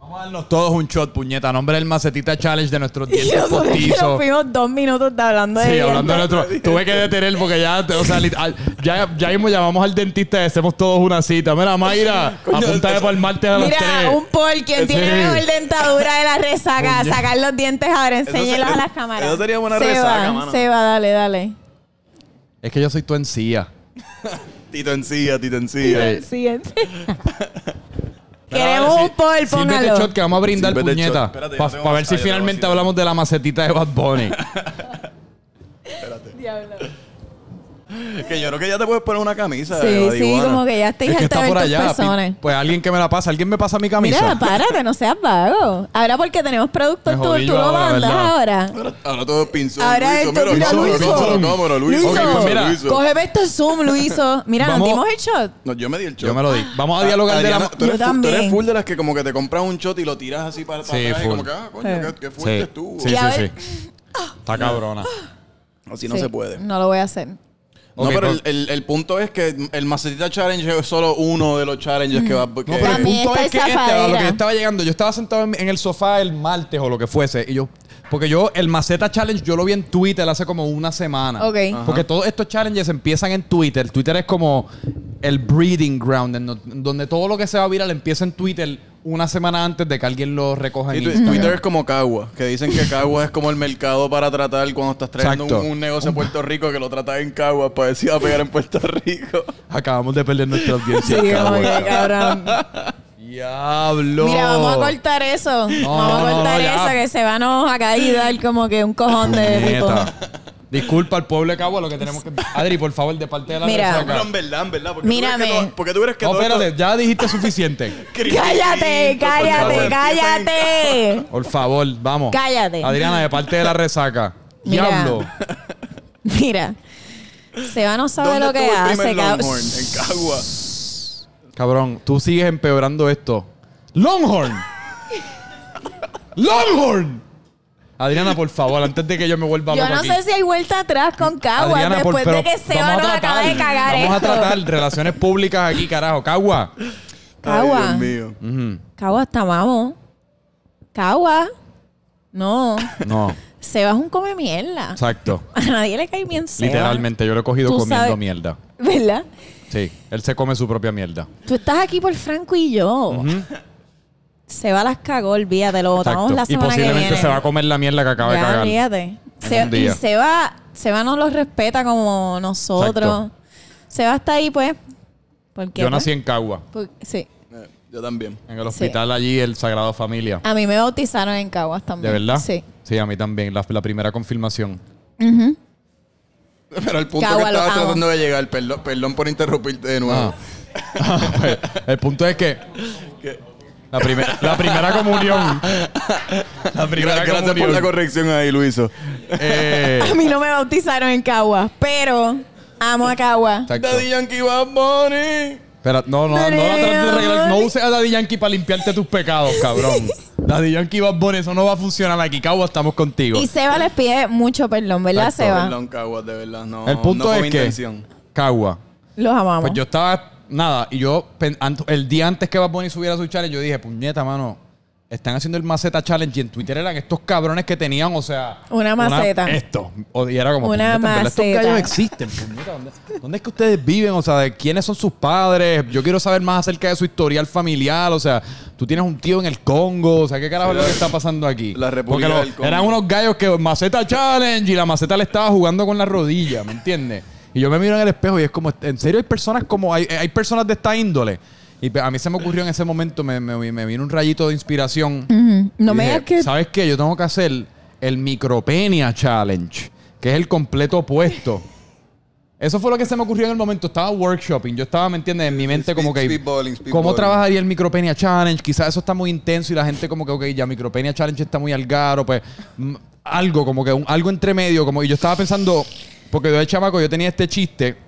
[SPEAKER 3] Vamos a darnos todos un shot, puñeta. Nombre del macetita challenge de nuestros
[SPEAKER 1] Y
[SPEAKER 3] dientes
[SPEAKER 1] nosotros que nos
[SPEAKER 3] postizos.
[SPEAKER 1] fuimos dos minutos de hablando de
[SPEAKER 3] Sí,
[SPEAKER 1] dientes.
[SPEAKER 3] hablando de nuestro. Tuve que detener porque ya, o sea, lit- al- ya, ya mismo llamamos al dentista y hacemos todos una cita. Mira, Mayra, apúntame para el martes a las
[SPEAKER 1] este- Mira,
[SPEAKER 3] 3.
[SPEAKER 1] un por quien tiene
[SPEAKER 3] Sí.
[SPEAKER 1] mejor dentadura de la resaca,
[SPEAKER 3] Puñe-
[SPEAKER 1] sacar los dientes ahora,
[SPEAKER 2] se-
[SPEAKER 1] enséñelos a las
[SPEAKER 2] eso
[SPEAKER 1] cámaras.
[SPEAKER 2] sería buena
[SPEAKER 1] Se
[SPEAKER 2] resaca,
[SPEAKER 1] va,
[SPEAKER 2] mano.
[SPEAKER 1] Se va, dale, dale.
[SPEAKER 3] Es que yo soy tu encía.
[SPEAKER 2] Tito encía, Tito encía.
[SPEAKER 1] Siguiente.
[SPEAKER 3] Pero,
[SPEAKER 1] Queremos
[SPEAKER 3] sí,
[SPEAKER 1] un por,
[SPEAKER 3] sírvete el
[SPEAKER 1] póngalo.
[SPEAKER 3] shot que vamos a brindar,
[SPEAKER 2] Sírvete el este shot.
[SPEAKER 3] puñeta.
[SPEAKER 2] Espérate, yo
[SPEAKER 3] Para
[SPEAKER 2] tengo
[SPEAKER 3] ver si
[SPEAKER 2] vacío, tengo
[SPEAKER 3] finalmente
[SPEAKER 2] vacío.
[SPEAKER 3] hablamos de la macetita de Bad Bunny.
[SPEAKER 2] Que yo creo que ya te puedes poner una camisa.
[SPEAKER 1] Sí,
[SPEAKER 2] de
[SPEAKER 1] sí,
[SPEAKER 2] marihuana.
[SPEAKER 1] como que ya estoy
[SPEAKER 3] es que
[SPEAKER 1] harta
[SPEAKER 3] está
[SPEAKER 1] de
[SPEAKER 3] por
[SPEAKER 1] ver tus
[SPEAKER 3] allá.
[SPEAKER 1] personas.
[SPEAKER 3] pi- Pues alguien que me la pasa. ¿Alguien me pasa mi camisa?
[SPEAKER 1] Mira, párate, no seas vago. Ahora porque tenemos productos,
[SPEAKER 3] Me
[SPEAKER 1] tú,
[SPEAKER 3] jodí
[SPEAKER 1] tú
[SPEAKER 3] yo
[SPEAKER 1] lo
[SPEAKER 3] ahora,
[SPEAKER 1] mandas
[SPEAKER 3] ¿verdad?
[SPEAKER 1] ahora.
[SPEAKER 2] Ahora, ahora todo es pinzón.
[SPEAKER 1] Ahora
[SPEAKER 2] Luiso.
[SPEAKER 1] esto, mira,
[SPEAKER 2] Luiso,
[SPEAKER 3] Luiso.
[SPEAKER 2] Luiso, cámara, Luiso.
[SPEAKER 1] Luiso.
[SPEAKER 2] Ok, pues
[SPEAKER 3] mira.
[SPEAKER 2] Luiso.
[SPEAKER 1] Cógeme este zoom, Luiso. Mira,
[SPEAKER 3] Vamos.
[SPEAKER 1] nos dimos el shot.
[SPEAKER 2] No, yo me di el shot.
[SPEAKER 3] Yo me lo di. Vamos a dialogar de la.
[SPEAKER 2] Ah, Adriana,
[SPEAKER 3] ma-
[SPEAKER 2] tú eres,
[SPEAKER 1] Yo
[SPEAKER 2] full- tú eres
[SPEAKER 1] también.
[SPEAKER 2] full de las que como que te compras un shot y lo tiras así para, para
[SPEAKER 3] Sí,
[SPEAKER 2] atrás y
[SPEAKER 3] full.
[SPEAKER 2] como que, ah, coño, qué, qué fuerte
[SPEAKER 3] Sí,
[SPEAKER 2] estuvo.
[SPEAKER 3] sí,
[SPEAKER 1] Y a
[SPEAKER 3] sí,
[SPEAKER 1] ver-
[SPEAKER 3] sí. Está cabrona.
[SPEAKER 2] Así no
[SPEAKER 1] Sí,
[SPEAKER 2] se puede.
[SPEAKER 1] No lo voy a hacer.
[SPEAKER 3] Ok,
[SPEAKER 2] no, pero
[SPEAKER 3] pues-
[SPEAKER 2] el, el, el punto es que el Macetita Challenge es solo uno de los challenges que va... Que,
[SPEAKER 3] No, pero el
[SPEAKER 1] También
[SPEAKER 3] punto
[SPEAKER 1] está
[SPEAKER 3] es que
[SPEAKER 1] esa
[SPEAKER 3] este, a lo que
[SPEAKER 1] fadera.
[SPEAKER 3] yo estaba llegando, yo estaba sentado en, en el sofá el martes o lo que fuese, y yo, porque yo, el Maceta Challenge, yo lo vi en Twitter hace como una semana.
[SPEAKER 1] Ok. Ajá.
[SPEAKER 3] Porque todos estos challenges empiezan en Twitter. Twitter es como el breeding ground, en no- donde todo lo que se va a viral empieza en Twitter una semana antes de que alguien lo recoja en
[SPEAKER 2] Sí, tu-
[SPEAKER 3] Instagram.
[SPEAKER 2] Twitter es como Cagua, que dicen que Cagua es como el mercado para tratar cuando estás trayendo un,
[SPEAKER 3] Exacto.
[SPEAKER 2] un negocio a Puerto Rico que lo tratas en Cagua para decir "Ah, a pegar en Puerto Rico.
[SPEAKER 3] Acabamos de perder nuestra audiencia.
[SPEAKER 1] Sí, como
[SPEAKER 3] cabrón.
[SPEAKER 1] que, cabrón.
[SPEAKER 3] Diablo.
[SPEAKER 1] Mira, vamos a cortar eso. vamos
[SPEAKER 3] no,
[SPEAKER 1] a
[SPEAKER 3] no,
[SPEAKER 1] cortar
[SPEAKER 3] ya.
[SPEAKER 1] eso, que se van a caer y dar como que un cojón de tipo.
[SPEAKER 3] Puñeta. Disculpa al pueblo de Cabo lo que tenemos que. Adri, por favor, de parte de la
[SPEAKER 1] Mira.
[SPEAKER 3] resaca.
[SPEAKER 2] Pero en verdad, en verdad. Porque Mírame.
[SPEAKER 1] Mírame.
[SPEAKER 2] Tú crees que todo- porque tú crees que
[SPEAKER 3] No,
[SPEAKER 2] todo esto-
[SPEAKER 3] espérate, ya dijiste suficiente.
[SPEAKER 1] ¡Cállate,
[SPEAKER 2] Cristo, por
[SPEAKER 1] cállate,
[SPEAKER 2] favor,
[SPEAKER 1] cállate!
[SPEAKER 3] Por favor, vamos.
[SPEAKER 1] Cállate.
[SPEAKER 3] Adriana, de parte de la resaca.
[SPEAKER 1] Mira.
[SPEAKER 3] Diablo.
[SPEAKER 1] Mira, Seba no sabe
[SPEAKER 2] ¿Dónde
[SPEAKER 1] lo que
[SPEAKER 2] estuvo el
[SPEAKER 1] hace,
[SPEAKER 2] primer
[SPEAKER 1] cab-
[SPEAKER 2] Longhorn? En Cagua.
[SPEAKER 3] Cabrón, tú sigues empeorando esto. Longhorn. Longhorn. Adriana, por favor, antes de que yo me vuelva
[SPEAKER 1] Yo
[SPEAKER 3] loco
[SPEAKER 1] no
[SPEAKER 3] aquí.
[SPEAKER 1] sé si hay vuelta atrás con Cagua
[SPEAKER 3] Adriana, por-
[SPEAKER 1] después de
[SPEAKER 3] pero
[SPEAKER 1] que Seba nos acaba de cagar
[SPEAKER 3] Vamos
[SPEAKER 1] esto.
[SPEAKER 3] a tratar relaciones públicas aquí, carajo. Cagua.
[SPEAKER 1] Cagua.
[SPEAKER 2] Ay, Dios mío.
[SPEAKER 3] Ujú.
[SPEAKER 1] Cagua, hasta amamos. Cagua. No,
[SPEAKER 3] No,
[SPEAKER 1] Seba es un come mierda.
[SPEAKER 3] exacto.
[SPEAKER 1] A nadie le cae bien Seba.
[SPEAKER 3] Literalmente, yo lo he cogido
[SPEAKER 1] Tú
[SPEAKER 3] comiendo
[SPEAKER 1] sabes-
[SPEAKER 3] mierda.
[SPEAKER 1] ¿Verdad?
[SPEAKER 3] Sí, él se come su propia mierda.
[SPEAKER 1] Tú estás aquí por Franco y yo. Seba las cagó, olvídate, lo botamos la
[SPEAKER 3] Exacto. Y
[SPEAKER 1] semana que viene.
[SPEAKER 3] posiblemente se va a comer la mierda que acaba de
[SPEAKER 1] Ya,
[SPEAKER 3] cagar.
[SPEAKER 1] olvídate.
[SPEAKER 3] un
[SPEAKER 1] Seba, y
[SPEAKER 3] día.
[SPEAKER 1] Seba, Seba no los respeta como nosotros. Seba está ahí, pues. Porque, pues,
[SPEAKER 3] Yo nací en Cagua,
[SPEAKER 1] sí.
[SPEAKER 2] Eh, Yo también.
[SPEAKER 3] en el hospital allí, el Sagrado Familia.
[SPEAKER 1] A mí me bautizaron en Caguas
[SPEAKER 3] ¿De
[SPEAKER 1] también.
[SPEAKER 3] verdad?
[SPEAKER 1] Ah, Sí.
[SPEAKER 3] Sí, a mí también, la, la primera confirmación.
[SPEAKER 2] Pero el punto
[SPEAKER 1] Cagua,
[SPEAKER 2] que
[SPEAKER 1] lo
[SPEAKER 2] estaba
[SPEAKER 1] amo.
[SPEAKER 2] tratando de llegar, perdón, perdón por interrumpirte de nuevo.
[SPEAKER 3] Ah. el punto es que... La, primer- la primera comunión. La primera
[SPEAKER 2] Gra- gracias por
[SPEAKER 3] comunión.
[SPEAKER 2] la corrección ahí, Luiso.
[SPEAKER 3] Eh,
[SPEAKER 1] A mí no me bautizaron en Cagua, pero amo a Cagua.
[SPEAKER 3] exacto.
[SPEAKER 2] Daddy Yankee Bad Bunny.
[SPEAKER 3] Espera, no, no, no, la trates de arreglar. No uses a Daddy Yankee para limpiarte tus pecados, cabrón. Daddy Yankee Bad Bunny, eso no va a funcionar aquí, Cagua, estamos contigo.
[SPEAKER 1] Y Seba les pide mucho perdón, ¿verdad,
[SPEAKER 3] Exacto,
[SPEAKER 1] Seba?
[SPEAKER 2] Perdón, Caguas, de verdad. No,
[SPEAKER 3] El punto
[SPEAKER 2] no fue mi
[SPEAKER 3] es que,
[SPEAKER 2] intención.
[SPEAKER 3] Cagua,
[SPEAKER 1] Los amamos.
[SPEAKER 3] pues yo estaba, nada, y yo, pen- ant- el día antes que Bad Bunny subiera su challenge, yo dije, puñeta, mano, están haciendo el maceta challenge y en Twitter eran estos cabrones que tenían, o sea...
[SPEAKER 1] Una maceta.
[SPEAKER 3] esto. O- Y era como,
[SPEAKER 1] Una
[SPEAKER 3] puñeta, en verdad,
[SPEAKER 1] maceta.
[SPEAKER 3] Estos gallos existen, puñeta, ¿dónde, dónde es que ustedes viven? O sea, ¿de quiénes son sus padres? Yo quiero saber más acerca de su historial familiar, o sea, tú tienes un tío en el Congo, o sea, ¿qué carajo es lo que está pasando aquí?
[SPEAKER 2] La República
[SPEAKER 3] Porque
[SPEAKER 2] del Congo.
[SPEAKER 3] Eran unos gallos que maceta challenge y la maceta le estaba jugando con la rodilla, ¿me entiendes? Y yo me miro en el espejo y es como, en serio hay personas como, hay, hay personas de esta índole. Y pe- a mí se me ocurrió en ese momento, me, me, me vino un rayito de inspiración.
[SPEAKER 1] Ujú. No
[SPEAKER 3] Y
[SPEAKER 1] me
[SPEAKER 3] dije,
[SPEAKER 1] digas que...
[SPEAKER 3] ¿Sabes qué? Yo tengo que hacer el micropenia challenge, que es el completo opuesto. Eso fue lo que se me ocurrió en el momento. Estaba workshopping. Yo estaba, ¿me entiendes? En mi mente
[SPEAKER 2] Speed-
[SPEAKER 3] como que...
[SPEAKER 2] speedballing, speedballing.
[SPEAKER 3] ¿Cómo trabajaría el micropenia challenge? Quizás eso está muy intenso y la gente como que, ok, ya micropenia challenge está muy al garo. Pues mm, algo, como que un- algo entre medio. Como, y yo estaba pensando, porque yo de chamaco yo tenía este chiste...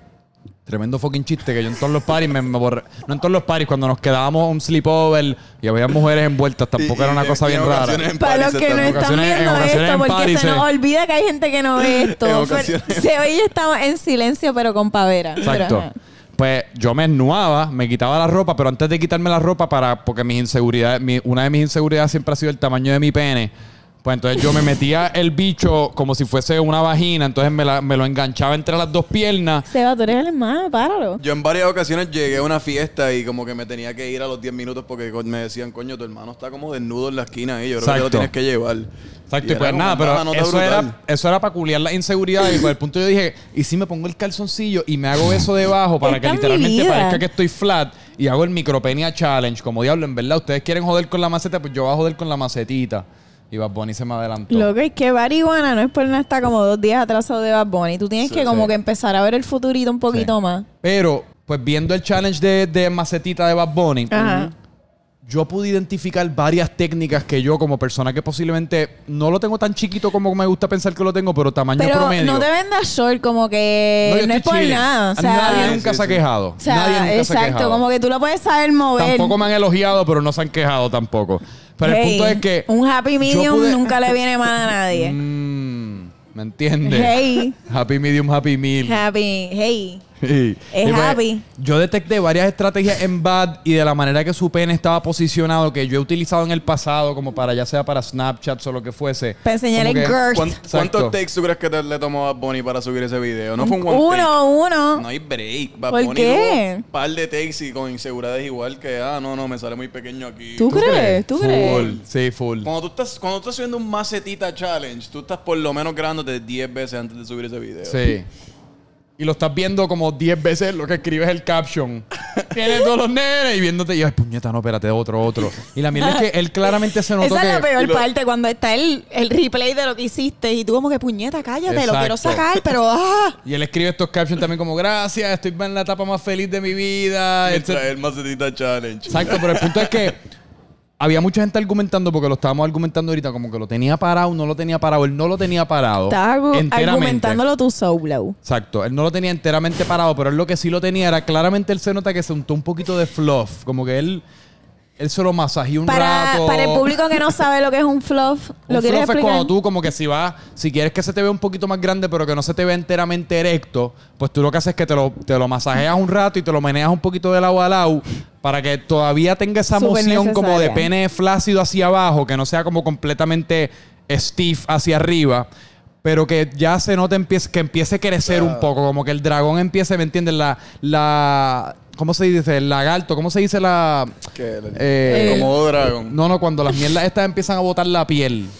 [SPEAKER 3] Tremendo fucking chiste que yo en todos los paris me, me borré. No en todos los paris, cuando nos quedábamos a un sleepover y había mujeres envueltas, tampoco
[SPEAKER 2] Y-
[SPEAKER 3] era una
[SPEAKER 2] y-
[SPEAKER 3] cosa
[SPEAKER 2] y
[SPEAKER 3] bien
[SPEAKER 2] en
[SPEAKER 3] rara.
[SPEAKER 2] ocasiones en París
[SPEAKER 1] Para los que
[SPEAKER 2] están-
[SPEAKER 1] no
[SPEAKER 3] en
[SPEAKER 1] están
[SPEAKER 3] ocasiones- en
[SPEAKER 1] viendo
[SPEAKER 3] ocasiones
[SPEAKER 1] esto,
[SPEAKER 3] en
[SPEAKER 1] porque
[SPEAKER 3] París,
[SPEAKER 1] se
[SPEAKER 3] eh.
[SPEAKER 1] nos olvida que hay gente que no ve
[SPEAKER 2] En
[SPEAKER 1] esto.
[SPEAKER 2] ocasiones.
[SPEAKER 1] Fer- Seba y yo estamos en silencio, pero con pavera. Pero, eh,
[SPEAKER 3] Exacto.
[SPEAKER 1] ajá.
[SPEAKER 3] Pues yo me ennuaba, me quitaba la ropa, pero antes de quitarme la ropa, para, porque mis inseguridades, mi- una de mis inseguridades siempre ha sido el tamaño de mi pene. Pues entonces yo me metía el bicho como si fuese una vagina, entonces me, la- me lo enganchaba entre las dos piernas.
[SPEAKER 1] Seba, tú eres el hermano, páralo.
[SPEAKER 2] Yo en varias ocasiones llegué a una fiesta y como que me tenía que ir a los 10 minutos porque co- me decían, coño, tu hermano está como desnudo en la esquina y yo creo que lo
[SPEAKER 3] Exacto.
[SPEAKER 2] tienes que llevar.
[SPEAKER 3] Exacto, y,
[SPEAKER 2] era
[SPEAKER 3] pues
[SPEAKER 2] como
[SPEAKER 3] nada,
[SPEAKER 2] una
[SPEAKER 3] pero
[SPEAKER 2] nota
[SPEAKER 3] eso
[SPEAKER 2] brutal.
[SPEAKER 3] era, eso era para culiar la inseguridad. Y por el punto yo dije, ¿y si me pongo el calzoncillo y me hago eso debajo para
[SPEAKER 1] Esta es
[SPEAKER 3] que
[SPEAKER 1] mi
[SPEAKER 3] literalmente
[SPEAKER 1] vida.
[SPEAKER 3] parezca que estoy flat y hago el micropenia challenge? Como diablo, en verdad, ustedes quieren joder con la maceta, pues yo voy a joder con la macetita. Y Bad Bunny se me adelantó.
[SPEAKER 1] Loco, es que Bariguana no es por nada, está como dos días atrasado de Bad Bunny. Tú tienes
[SPEAKER 2] Sí,
[SPEAKER 1] que como que empezar a ver el futurito un poquito
[SPEAKER 3] Sí.
[SPEAKER 1] más.
[SPEAKER 3] Pero, pues viendo el challenge de, de macetita de Bad Bunny,
[SPEAKER 1] Ajá.
[SPEAKER 3] yo pude identificar varias técnicas que yo como persona que posiblemente no lo tengo tan chiquito como me gusta pensar que lo tengo, pero tamaño
[SPEAKER 1] Pero
[SPEAKER 3] promedio.
[SPEAKER 1] no te vendas short, como que
[SPEAKER 3] yo
[SPEAKER 1] Eh, no, es
[SPEAKER 3] estoy
[SPEAKER 1] por
[SPEAKER 3] chilling.
[SPEAKER 1] nada. O sea,
[SPEAKER 3] nadie
[SPEAKER 2] Sí,
[SPEAKER 3] nunca
[SPEAKER 2] sí,
[SPEAKER 3] se ha
[SPEAKER 2] sí.
[SPEAKER 3] quejado.
[SPEAKER 1] o sea,
[SPEAKER 3] nadie nunca se ha
[SPEAKER 1] exacto,
[SPEAKER 3] quejado.
[SPEAKER 1] como que tú lo puedes saber mover.
[SPEAKER 3] Tampoco me han elogiado, pero no se han quejado tampoco. Pero el
[SPEAKER 1] Hey,
[SPEAKER 3] punto es que...
[SPEAKER 1] Un happy
[SPEAKER 3] yo
[SPEAKER 1] medium
[SPEAKER 3] pude-
[SPEAKER 1] nunca le viene mal a nadie.
[SPEAKER 3] Mm, ¿Me entiendes?
[SPEAKER 1] Hey.
[SPEAKER 3] Happy medium, happy meal.
[SPEAKER 1] Happy, hey.
[SPEAKER 3] Sí.
[SPEAKER 1] Es
[SPEAKER 3] Y pues,
[SPEAKER 1] happy.
[SPEAKER 3] Yo detecté varias estrategias en Bad y de la manera que su pene estaba posicionado, que yo he utilizado en el pasado, como para ya sea para Snapchat o lo que fuese.
[SPEAKER 1] Para enseñar
[SPEAKER 3] Como
[SPEAKER 1] el
[SPEAKER 3] que-
[SPEAKER 1] girth.
[SPEAKER 2] ¿Cuán-
[SPEAKER 3] Exacto.
[SPEAKER 2] ¿Cuántos takes tú crees que te- le tomó a Bonnie para subir ese video? No fue un one
[SPEAKER 1] Uno, uno.
[SPEAKER 2] take. No hay break. Bad
[SPEAKER 1] ¿Por
[SPEAKER 2] Bunny
[SPEAKER 1] qué?
[SPEAKER 2] tuvo Un par de takes y con inseguridades igual que, ah, no, no, me sale muy pequeño aquí.
[SPEAKER 1] ¿Tú crees? ¿Tú crees?
[SPEAKER 3] Full. Sí, full.
[SPEAKER 2] Cuando tú estás, cuando tú estás subiendo un macetita challenge, tú estás por lo menos grabándote 10 veces antes de subir ese video.
[SPEAKER 3] Sí. Y lo estás viendo como 10 veces lo que escribes el caption. Tienes todos los nenes y viéndote. Y yo, ay, puñeta, no, espérate, otro, otro. Y la mierda es que él claramente se notó
[SPEAKER 1] Esa es la
[SPEAKER 3] que-
[SPEAKER 1] peor
[SPEAKER 2] y lo-
[SPEAKER 1] parte, cuando está el, el replay de lo que hiciste y tú como que puñeta, cállate, lo quiero
[SPEAKER 3] Exacto.
[SPEAKER 1] sacar, pero ah.
[SPEAKER 3] Y él escribe estos captions también como, gracias, estoy en la etapa más feliz de mi vida,
[SPEAKER 2] Ah, Mientras
[SPEAKER 3] etc.
[SPEAKER 2] el macetita challenge.
[SPEAKER 3] Exacto, pero el punto es que había mucha gente argumentando, porque lo estábamos argumentando ahorita, como que lo tenía parado, no lo tenía parado, él no lo tenía parado.
[SPEAKER 1] Estás argu-
[SPEAKER 3] enteramente.
[SPEAKER 1] argumentándolo tu soul blow.
[SPEAKER 3] Exacto, él no lo tenía enteramente parado, pero él lo que sí lo tenía era claramente él se nota que se untó un poquito de fluff, como que él, él se lo masajeó un
[SPEAKER 1] Para,
[SPEAKER 3] rato.
[SPEAKER 1] para el público que no sabe lo que es un fluff,
[SPEAKER 3] Un
[SPEAKER 1] ¿lo quieres
[SPEAKER 3] fluff es
[SPEAKER 1] explicar?
[SPEAKER 3] cuando tú como que si vas, si quieres que se te vea un poquito más grande pero que no se te vea enteramente erecto, pues tú lo que haces es que te lo, te lo masajeas un rato y te lo meneas un poquito de lado a lado para que todavía tenga esa
[SPEAKER 1] Súper
[SPEAKER 3] moción como de
[SPEAKER 1] necesaria.
[SPEAKER 3] pene flácido hacia abajo, que no sea como completamente stiff hacia arriba. Pero que ya se note empiece, que empiece a crecer un poco, como que el dragón empiece, ¿me entiendes? La, la, ¿cómo se dice? El lagarto, ¿cómo se dice la?
[SPEAKER 2] Que el-
[SPEAKER 3] Eh,
[SPEAKER 2] el Komodo Dragon.
[SPEAKER 3] No, no, cuando las mierdas estas empiezan a botar la piel.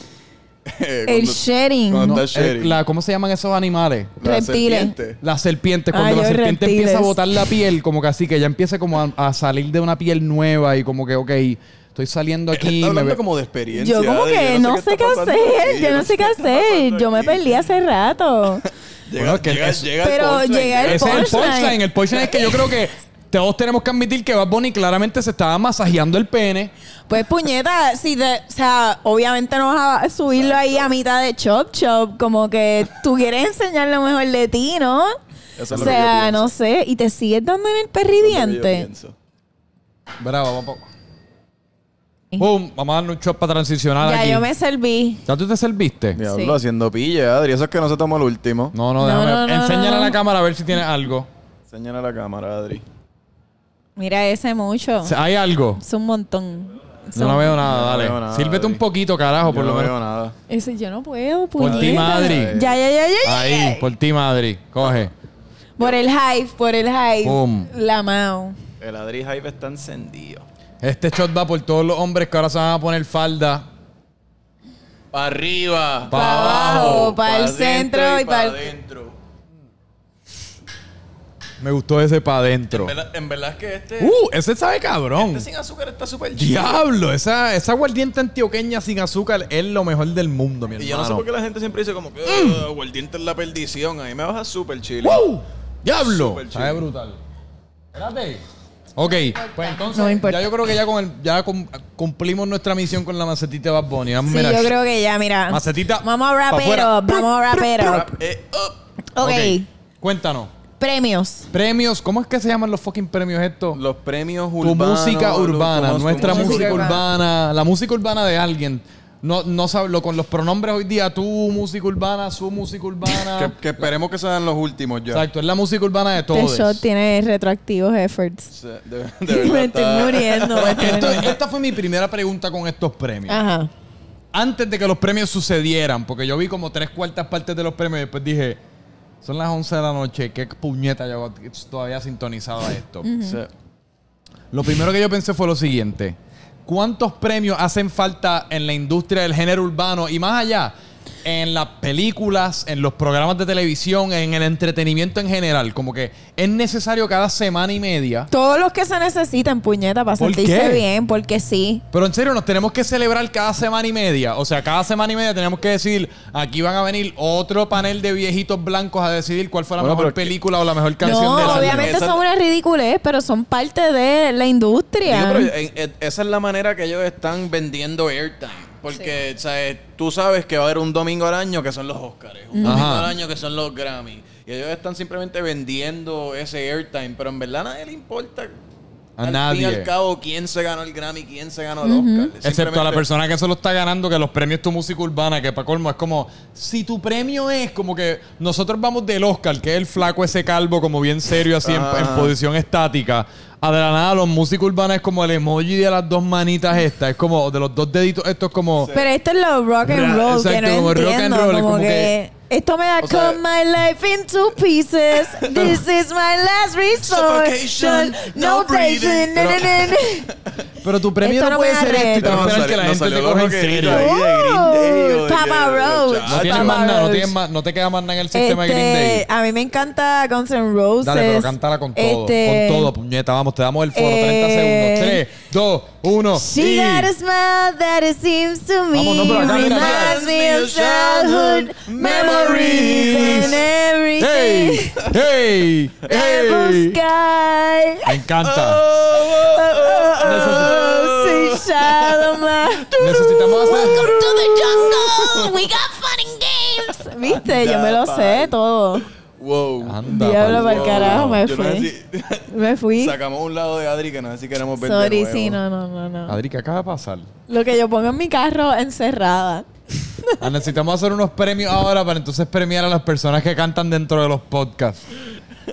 [SPEAKER 2] Eh,
[SPEAKER 1] El
[SPEAKER 2] cuando-
[SPEAKER 1] shedding,
[SPEAKER 2] cuando
[SPEAKER 3] No,
[SPEAKER 2] está Sherry.
[SPEAKER 3] el- la- ¿Cómo se llaman esos animales?
[SPEAKER 2] La
[SPEAKER 1] reptiles.
[SPEAKER 2] serpiente.
[SPEAKER 3] Las serpientes, cuando
[SPEAKER 1] Ah,
[SPEAKER 3] la
[SPEAKER 1] yo
[SPEAKER 3] serpiente
[SPEAKER 1] reptiles.
[SPEAKER 3] empieza a botar la piel, como que así, que ya empieza como a, a salir de una piel nueva y como que, ok, estoy saliendo
[SPEAKER 2] Él
[SPEAKER 3] aquí.
[SPEAKER 2] está
[SPEAKER 3] me
[SPEAKER 2] hablando
[SPEAKER 3] ve-
[SPEAKER 2] como de experiencia.
[SPEAKER 1] Yo como
[SPEAKER 2] de-
[SPEAKER 1] que
[SPEAKER 2] yo
[SPEAKER 1] no sé qué
[SPEAKER 2] está pasando
[SPEAKER 1] hacer,
[SPEAKER 2] aquí,
[SPEAKER 1] yo no sé qué
[SPEAKER 2] está
[SPEAKER 1] hacer,
[SPEAKER 2] pasando
[SPEAKER 1] yo me
[SPEAKER 2] aquí.
[SPEAKER 1] perdí hace rato.
[SPEAKER 2] Llega,
[SPEAKER 3] Bueno, que
[SPEAKER 2] llega-
[SPEAKER 3] es-
[SPEAKER 2] llega el
[SPEAKER 1] Pero
[SPEAKER 2] punchline,
[SPEAKER 1] llega el
[SPEAKER 3] Ese es el
[SPEAKER 1] punchline.
[SPEAKER 3] punchline. El punchline es que yo creo que Todos tenemos que admitir que Bad Bunny claramente se estaba masajeando el pene.
[SPEAKER 1] Pues puñeta, si de- o sea, obviamente no vas a subirlo ahí a mitad de Chop Chop, como que tú quieres enseñar lo mejor de ti, ¿no? o
[SPEAKER 2] Eso es lo que yo
[SPEAKER 1] sea,
[SPEAKER 2] pienso.
[SPEAKER 1] no sé, y te sigues dando en el
[SPEAKER 2] Yo
[SPEAKER 1] perridiente.
[SPEAKER 2] pienso.
[SPEAKER 3] Bravo, papá. Boom, vamos a darle un shot para transicionar
[SPEAKER 1] Ya
[SPEAKER 3] aquí.
[SPEAKER 1] yo me serví.
[SPEAKER 3] ¿Ya tú te serviste?
[SPEAKER 2] Diablo,
[SPEAKER 1] Sí.
[SPEAKER 2] haciendo pille, Adri. Eso es que no se tomó el último.
[SPEAKER 3] No, no,
[SPEAKER 1] No,
[SPEAKER 3] déjame.
[SPEAKER 1] no, no,
[SPEAKER 3] Enséñale a
[SPEAKER 1] no.
[SPEAKER 3] la cámara a ver si tiene algo.
[SPEAKER 2] Señala la cámara, Adri.
[SPEAKER 1] Mira ese mucho.
[SPEAKER 3] O sea, ¿Hay algo?
[SPEAKER 1] Es un montón.
[SPEAKER 3] Yo no veo nada,
[SPEAKER 2] no
[SPEAKER 3] dale.
[SPEAKER 2] veo nada,
[SPEAKER 3] Sírvete un
[SPEAKER 2] Adri.
[SPEAKER 3] poquito, carajo, por
[SPEAKER 2] Yo
[SPEAKER 3] lo
[SPEAKER 2] no
[SPEAKER 3] menos.
[SPEAKER 2] veo nada.
[SPEAKER 1] Ese yo no puedo,
[SPEAKER 3] Por ti,
[SPEAKER 1] puñeta.
[SPEAKER 3] Madri.
[SPEAKER 1] Ya, ya, ya, ya, ya.
[SPEAKER 3] Ahí, por ti, Madrid. Coge.
[SPEAKER 1] Por el hype, por el hype.
[SPEAKER 3] Pum.
[SPEAKER 1] La mao.
[SPEAKER 2] El Adri Hype está encendido.
[SPEAKER 3] Este shot va por todos los hombres que ahora se van a poner falda.
[SPEAKER 2] Para arriba.
[SPEAKER 3] Pa'
[SPEAKER 1] Para abajo, para Oh, el centro y para el...
[SPEAKER 2] adentro.
[SPEAKER 3] Me gustó ese pa' adentro.
[SPEAKER 2] En verdad, en verdad es que este,
[SPEAKER 3] Uh, ese sabe cabrón.
[SPEAKER 2] este sin azúcar está súper chido.
[SPEAKER 3] Diablo, esa, esa aguardiente antioqueña sin azúcar es lo mejor del mundo, mi hermano.
[SPEAKER 2] Y yo no sé por qué la gente siempre dice como que
[SPEAKER 1] Mm.
[SPEAKER 2] "Ah, aguardiente es la perdición. A mí me baja súper chile.
[SPEAKER 3] ¡Wow! ¡Diablo!
[SPEAKER 2] Súper
[SPEAKER 3] Sabe
[SPEAKER 2] chido.
[SPEAKER 3] brutal. Espérate. Ok, pues entonces
[SPEAKER 1] No me importa.
[SPEAKER 3] ya yo creo que ya con el, ya cum- cumplimos nuestra misión con la macetita de Bad Bunny. Vamos,
[SPEAKER 1] Sí,
[SPEAKER 3] mira.
[SPEAKER 1] yo creo que ya, mira.
[SPEAKER 3] Macetita,
[SPEAKER 1] Vamos a
[SPEAKER 3] pa'
[SPEAKER 1] wrap it
[SPEAKER 3] afuera.
[SPEAKER 1] up, vamos a wrap it up.
[SPEAKER 2] Eh, up.
[SPEAKER 1] Ok,
[SPEAKER 3] Cuéntanos.
[SPEAKER 1] premios.
[SPEAKER 3] Premios, ¿cómo es que se llaman los fucking premios estos?
[SPEAKER 2] Los premios
[SPEAKER 3] tu
[SPEAKER 2] urbanos.
[SPEAKER 3] música
[SPEAKER 2] los-
[SPEAKER 3] urbana,
[SPEAKER 2] tu- tu
[SPEAKER 3] nuestra
[SPEAKER 1] música
[SPEAKER 3] música
[SPEAKER 1] urbana.
[SPEAKER 3] urbana, la música urbana de alguien. No, no sab- lo- con los pronombres hoy día, tu música urbana, su música urbana.
[SPEAKER 2] Que, que esperemos que sean los últimos ya.
[SPEAKER 3] Exacto, es la música urbana de
[SPEAKER 1] Este
[SPEAKER 3] todos.
[SPEAKER 1] shot tiene retroactivos efforts.
[SPEAKER 2] O sea, De, de
[SPEAKER 1] me
[SPEAKER 2] verdad
[SPEAKER 1] estoy
[SPEAKER 2] está-
[SPEAKER 1] muriendo. me estoy
[SPEAKER 3] Esto-
[SPEAKER 1] muriendo.
[SPEAKER 3] esta fue mi primera pregunta con estos premios.
[SPEAKER 1] Ajá.
[SPEAKER 3] Antes de que los premios sucedieran, porque yo vi como tres cuartas partes de los premios y después dije, son las 11 de la noche, qué puñeta yo todavía sintonizado a esto.
[SPEAKER 2] O sea,
[SPEAKER 3] Lo primero que yo pensé fue lo siguiente. ¿Cuántos premios hacen falta en la industria del género urbano y más allá? En las películas, en los programas de televisión, en el entretenimiento en general. Como que es necesario cada semana y media.
[SPEAKER 1] Todos los que se necesitan, puñeta, para
[SPEAKER 3] ¿Por
[SPEAKER 1] sentirse
[SPEAKER 3] qué?
[SPEAKER 1] bien, porque sí.
[SPEAKER 3] Pero en serio, nos tenemos que celebrar cada semana y media. O sea, cada semana y media tenemos que decir, aquí van a venir otro panel de viejitos blancos a decidir cuál fue la
[SPEAKER 2] Bueno,
[SPEAKER 3] mejor
[SPEAKER 2] pero es que-
[SPEAKER 3] película o la mejor canción de
[SPEAKER 1] No,
[SPEAKER 3] la
[SPEAKER 1] obviamente
[SPEAKER 2] esa-
[SPEAKER 1] son una ridiculez, pero son parte de la
[SPEAKER 2] Digo,
[SPEAKER 1] industria.
[SPEAKER 2] pero, eh, eh, esa es la manera que ellos están vendiendo airtime. Porque ¿sabes? tú sabes que va a haber un domingo al año que son los Oscars, un
[SPEAKER 3] Ajá.
[SPEAKER 2] domingo al año que son los Grammy. Y ellos están simplemente vendiendo ese airtime. Pero en verdad a nadie le importa.
[SPEAKER 3] A
[SPEAKER 2] al
[SPEAKER 3] nadie.
[SPEAKER 2] fin y al cabo, quién se ganó el Grammy, quién se ganó el Oscar.
[SPEAKER 3] Excepto a la
[SPEAKER 2] Simplemente-
[SPEAKER 3] persona que se lo está ganando, que los premios tu música urbana, que para colmo es como, si tu premio es como que nosotros vamos del Oscar, que es el flaco ese calvo, como bien serio, así en,
[SPEAKER 2] Ajá.
[SPEAKER 3] en posición estática, a de la nada los música urbana es como el emoji de las dos manitas estas, es como de los dos deditos, esto es como...
[SPEAKER 1] Pero esto es lo rock
[SPEAKER 3] Ra-
[SPEAKER 1] and roll, que
[SPEAKER 3] exacto,
[SPEAKER 1] no
[SPEAKER 3] como rock and
[SPEAKER 1] entiendo.
[SPEAKER 3] roll, es
[SPEAKER 1] como
[SPEAKER 3] como
[SPEAKER 1] que... Esto me da
[SPEAKER 2] O sea-
[SPEAKER 1] cut my life into pieces. This is my last resort.
[SPEAKER 2] Suffocation,
[SPEAKER 1] No,
[SPEAKER 2] no breathing.
[SPEAKER 1] breathing. na, na, na, na.
[SPEAKER 3] Pero tu premio
[SPEAKER 1] Esto
[SPEAKER 3] no,
[SPEAKER 1] no
[SPEAKER 3] puede
[SPEAKER 1] me
[SPEAKER 3] ser esto y te
[SPEAKER 1] arrepiento.
[SPEAKER 3] vas a
[SPEAKER 2] Nos
[SPEAKER 3] esperar que
[SPEAKER 2] salió-
[SPEAKER 3] la
[SPEAKER 2] nos
[SPEAKER 3] gente te
[SPEAKER 2] salió
[SPEAKER 3] coja
[SPEAKER 2] lo
[SPEAKER 3] en
[SPEAKER 2] que grita
[SPEAKER 3] serio.
[SPEAKER 2] ahí de Green Day o de
[SPEAKER 1] Papa
[SPEAKER 2] que-
[SPEAKER 1] Roach.
[SPEAKER 3] No
[SPEAKER 2] Chacho.
[SPEAKER 3] tienes
[SPEAKER 1] Papa
[SPEAKER 3] más nada, no
[SPEAKER 1] Roach.
[SPEAKER 3] tienes más, no te queda más nada en el sistema de Green Day.
[SPEAKER 1] Este, A mí me encanta Guns N' Roses.
[SPEAKER 3] Dale, pero cántala con todo.
[SPEAKER 1] Este,
[SPEAKER 3] Con todo, puñeta. Vamos, te damos el foro. 30
[SPEAKER 1] eh,
[SPEAKER 3] segundos. 3, 2, 1.
[SPEAKER 1] She got a smile that it seems to me
[SPEAKER 3] Vamos, no, pero acá, mira, mira.
[SPEAKER 1] reminds me of childhood memories
[SPEAKER 3] Memories.
[SPEAKER 1] and everything.
[SPEAKER 3] ¡Ey! ¡Ey!
[SPEAKER 1] Apple
[SPEAKER 3] ¡Ey!
[SPEAKER 1] sky.
[SPEAKER 3] Me encanta.
[SPEAKER 2] Ah,
[SPEAKER 1] Oh, oh, oh, sweet child of mine.
[SPEAKER 3] Necesitamos hacer.
[SPEAKER 1] To the jungle, we got fun and games. Viste, yo me lo sé todo.
[SPEAKER 2] Wow.
[SPEAKER 3] Anda,
[SPEAKER 1] Diablo,
[SPEAKER 3] pal-
[SPEAKER 1] pa'l carajo, me
[SPEAKER 2] Yo no sé
[SPEAKER 1] fui. Me
[SPEAKER 2] si-
[SPEAKER 1] fui.
[SPEAKER 2] Sacamos un lado de Adri que no sé si queremos ver. de
[SPEAKER 1] Sorry,
[SPEAKER 2] nuevo.
[SPEAKER 1] sí, no, no, no, no.
[SPEAKER 3] Oh. Adri, ¿qué acaba de pasar?
[SPEAKER 1] Lo que yo pongo en mi carro encerrada.
[SPEAKER 3] Ah, necesitamos hacer unos premios ahora para entonces premiar a las personas que cantan dentro de los podcasts.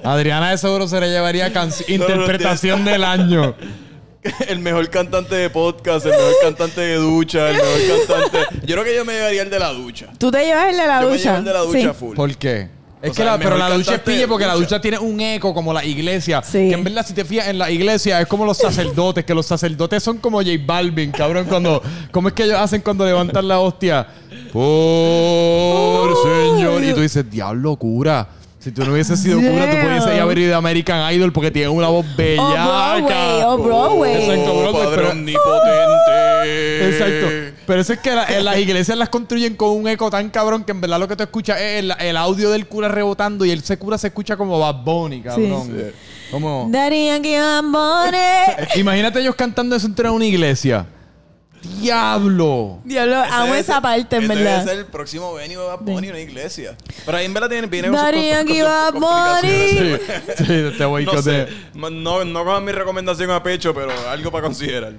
[SPEAKER 3] Adriana de seguro se le llevaría canci-
[SPEAKER 2] no,
[SPEAKER 3] interpretación del año.
[SPEAKER 2] El mejor cantante de podcast, el mejor cantante de ducha, el mejor cantante. Yo creo que yo me llevaría el de la ducha.
[SPEAKER 1] Tú te llevas el de la
[SPEAKER 2] yo me
[SPEAKER 1] ducha.
[SPEAKER 2] llevo el de la
[SPEAKER 1] Sí.
[SPEAKER 2] ducha full.
[SPEAKER 3] ¿Por qué? Es
[SPEAKER 2] O
[SPEAKER 3] que
[SPEAKER 2] sea,
[SPEAKER 3] la,
[SPEAKER 2] el
[SPEAKER 3] pero la
[SPEAKER 2] mejor
[SPEAKER 3] ducha es
[SPEAKER 2] cantante
[SPEAKER 3] pille porque la
[SPEAKER 2] ducha.
[SPEAKER 3] ducha tiene un eco como la iglesia.
[SPEAKER 1] Sí.
[SPEAKER 3] Que en verdad, si te fijas, en la iglesia es como los sacerdotes, que los sacerdotes son como J Balvin, cabrón, cuando... ¿Cómo es que ellos hacen cuando levantan la hostia? Por señor. Y tú dices, diablo, cura. Si tú no hubieses sido cura, tú
[SPEAKER 1] Damn.
[SPEAKER 3] pudieses haber ido a American Idol porque tienen una voz
[SPEAKER 1] O
[SPEAKER 3] bella.
[SPEAKER 1] Broadway, o Broadway.
[SPEAKER 3] Exacto,
[SPEAKER 2] Oh,
[SPEAKER 3] Broadway,
[SPEAKER 2] Padre
[SPEAKER 3] pero-
[SPEAKER 2] omnipotente. Eh.
[SPEAKER 3] Exacto. Pero eso es que la- en las iglesias las construyen con un eco tan cabrón que en verdad lo que tú escuchas es el, el audio del cura rebotando y el se cura se escucha como Bad Bunny, cabrón.
[SPEAKER 2] Sí.
[SPEAKER 3] Como,
[SPEAKER 1] Daddy Yankee Bambone.
[SPEAKER 3] Eh, imagínate ellos cantando eso entre una iglesia. ¡Diablo!
[SPEAKER 1] Diablo, amo
[SPEAKER 2] Ese-
[SPEAKER 1] esa parte, en
[SPEAKER 2] ese
[SPEAKER 1] verdad.
[SPEAKER 2] Debe ser el próximo venue de Bad Bunny, una iglesia. Pero ahí en verdad tiene, viene con
[SPEAKER 1] Daddy
[SPEAKER 2] sus- con
[SPEAKER 1] Yankee
[SPEAKER 2] sus
[SPEAKER 1] Bad
[SPEAKER 2] complicaciones.
[SPEAKER 1] Bunny.
[SPEAKER 3] Sí, sí, te voy
[SPEAKER 2] No sé, no, no cojan mi recomendación a pecho, pero algo para considerar.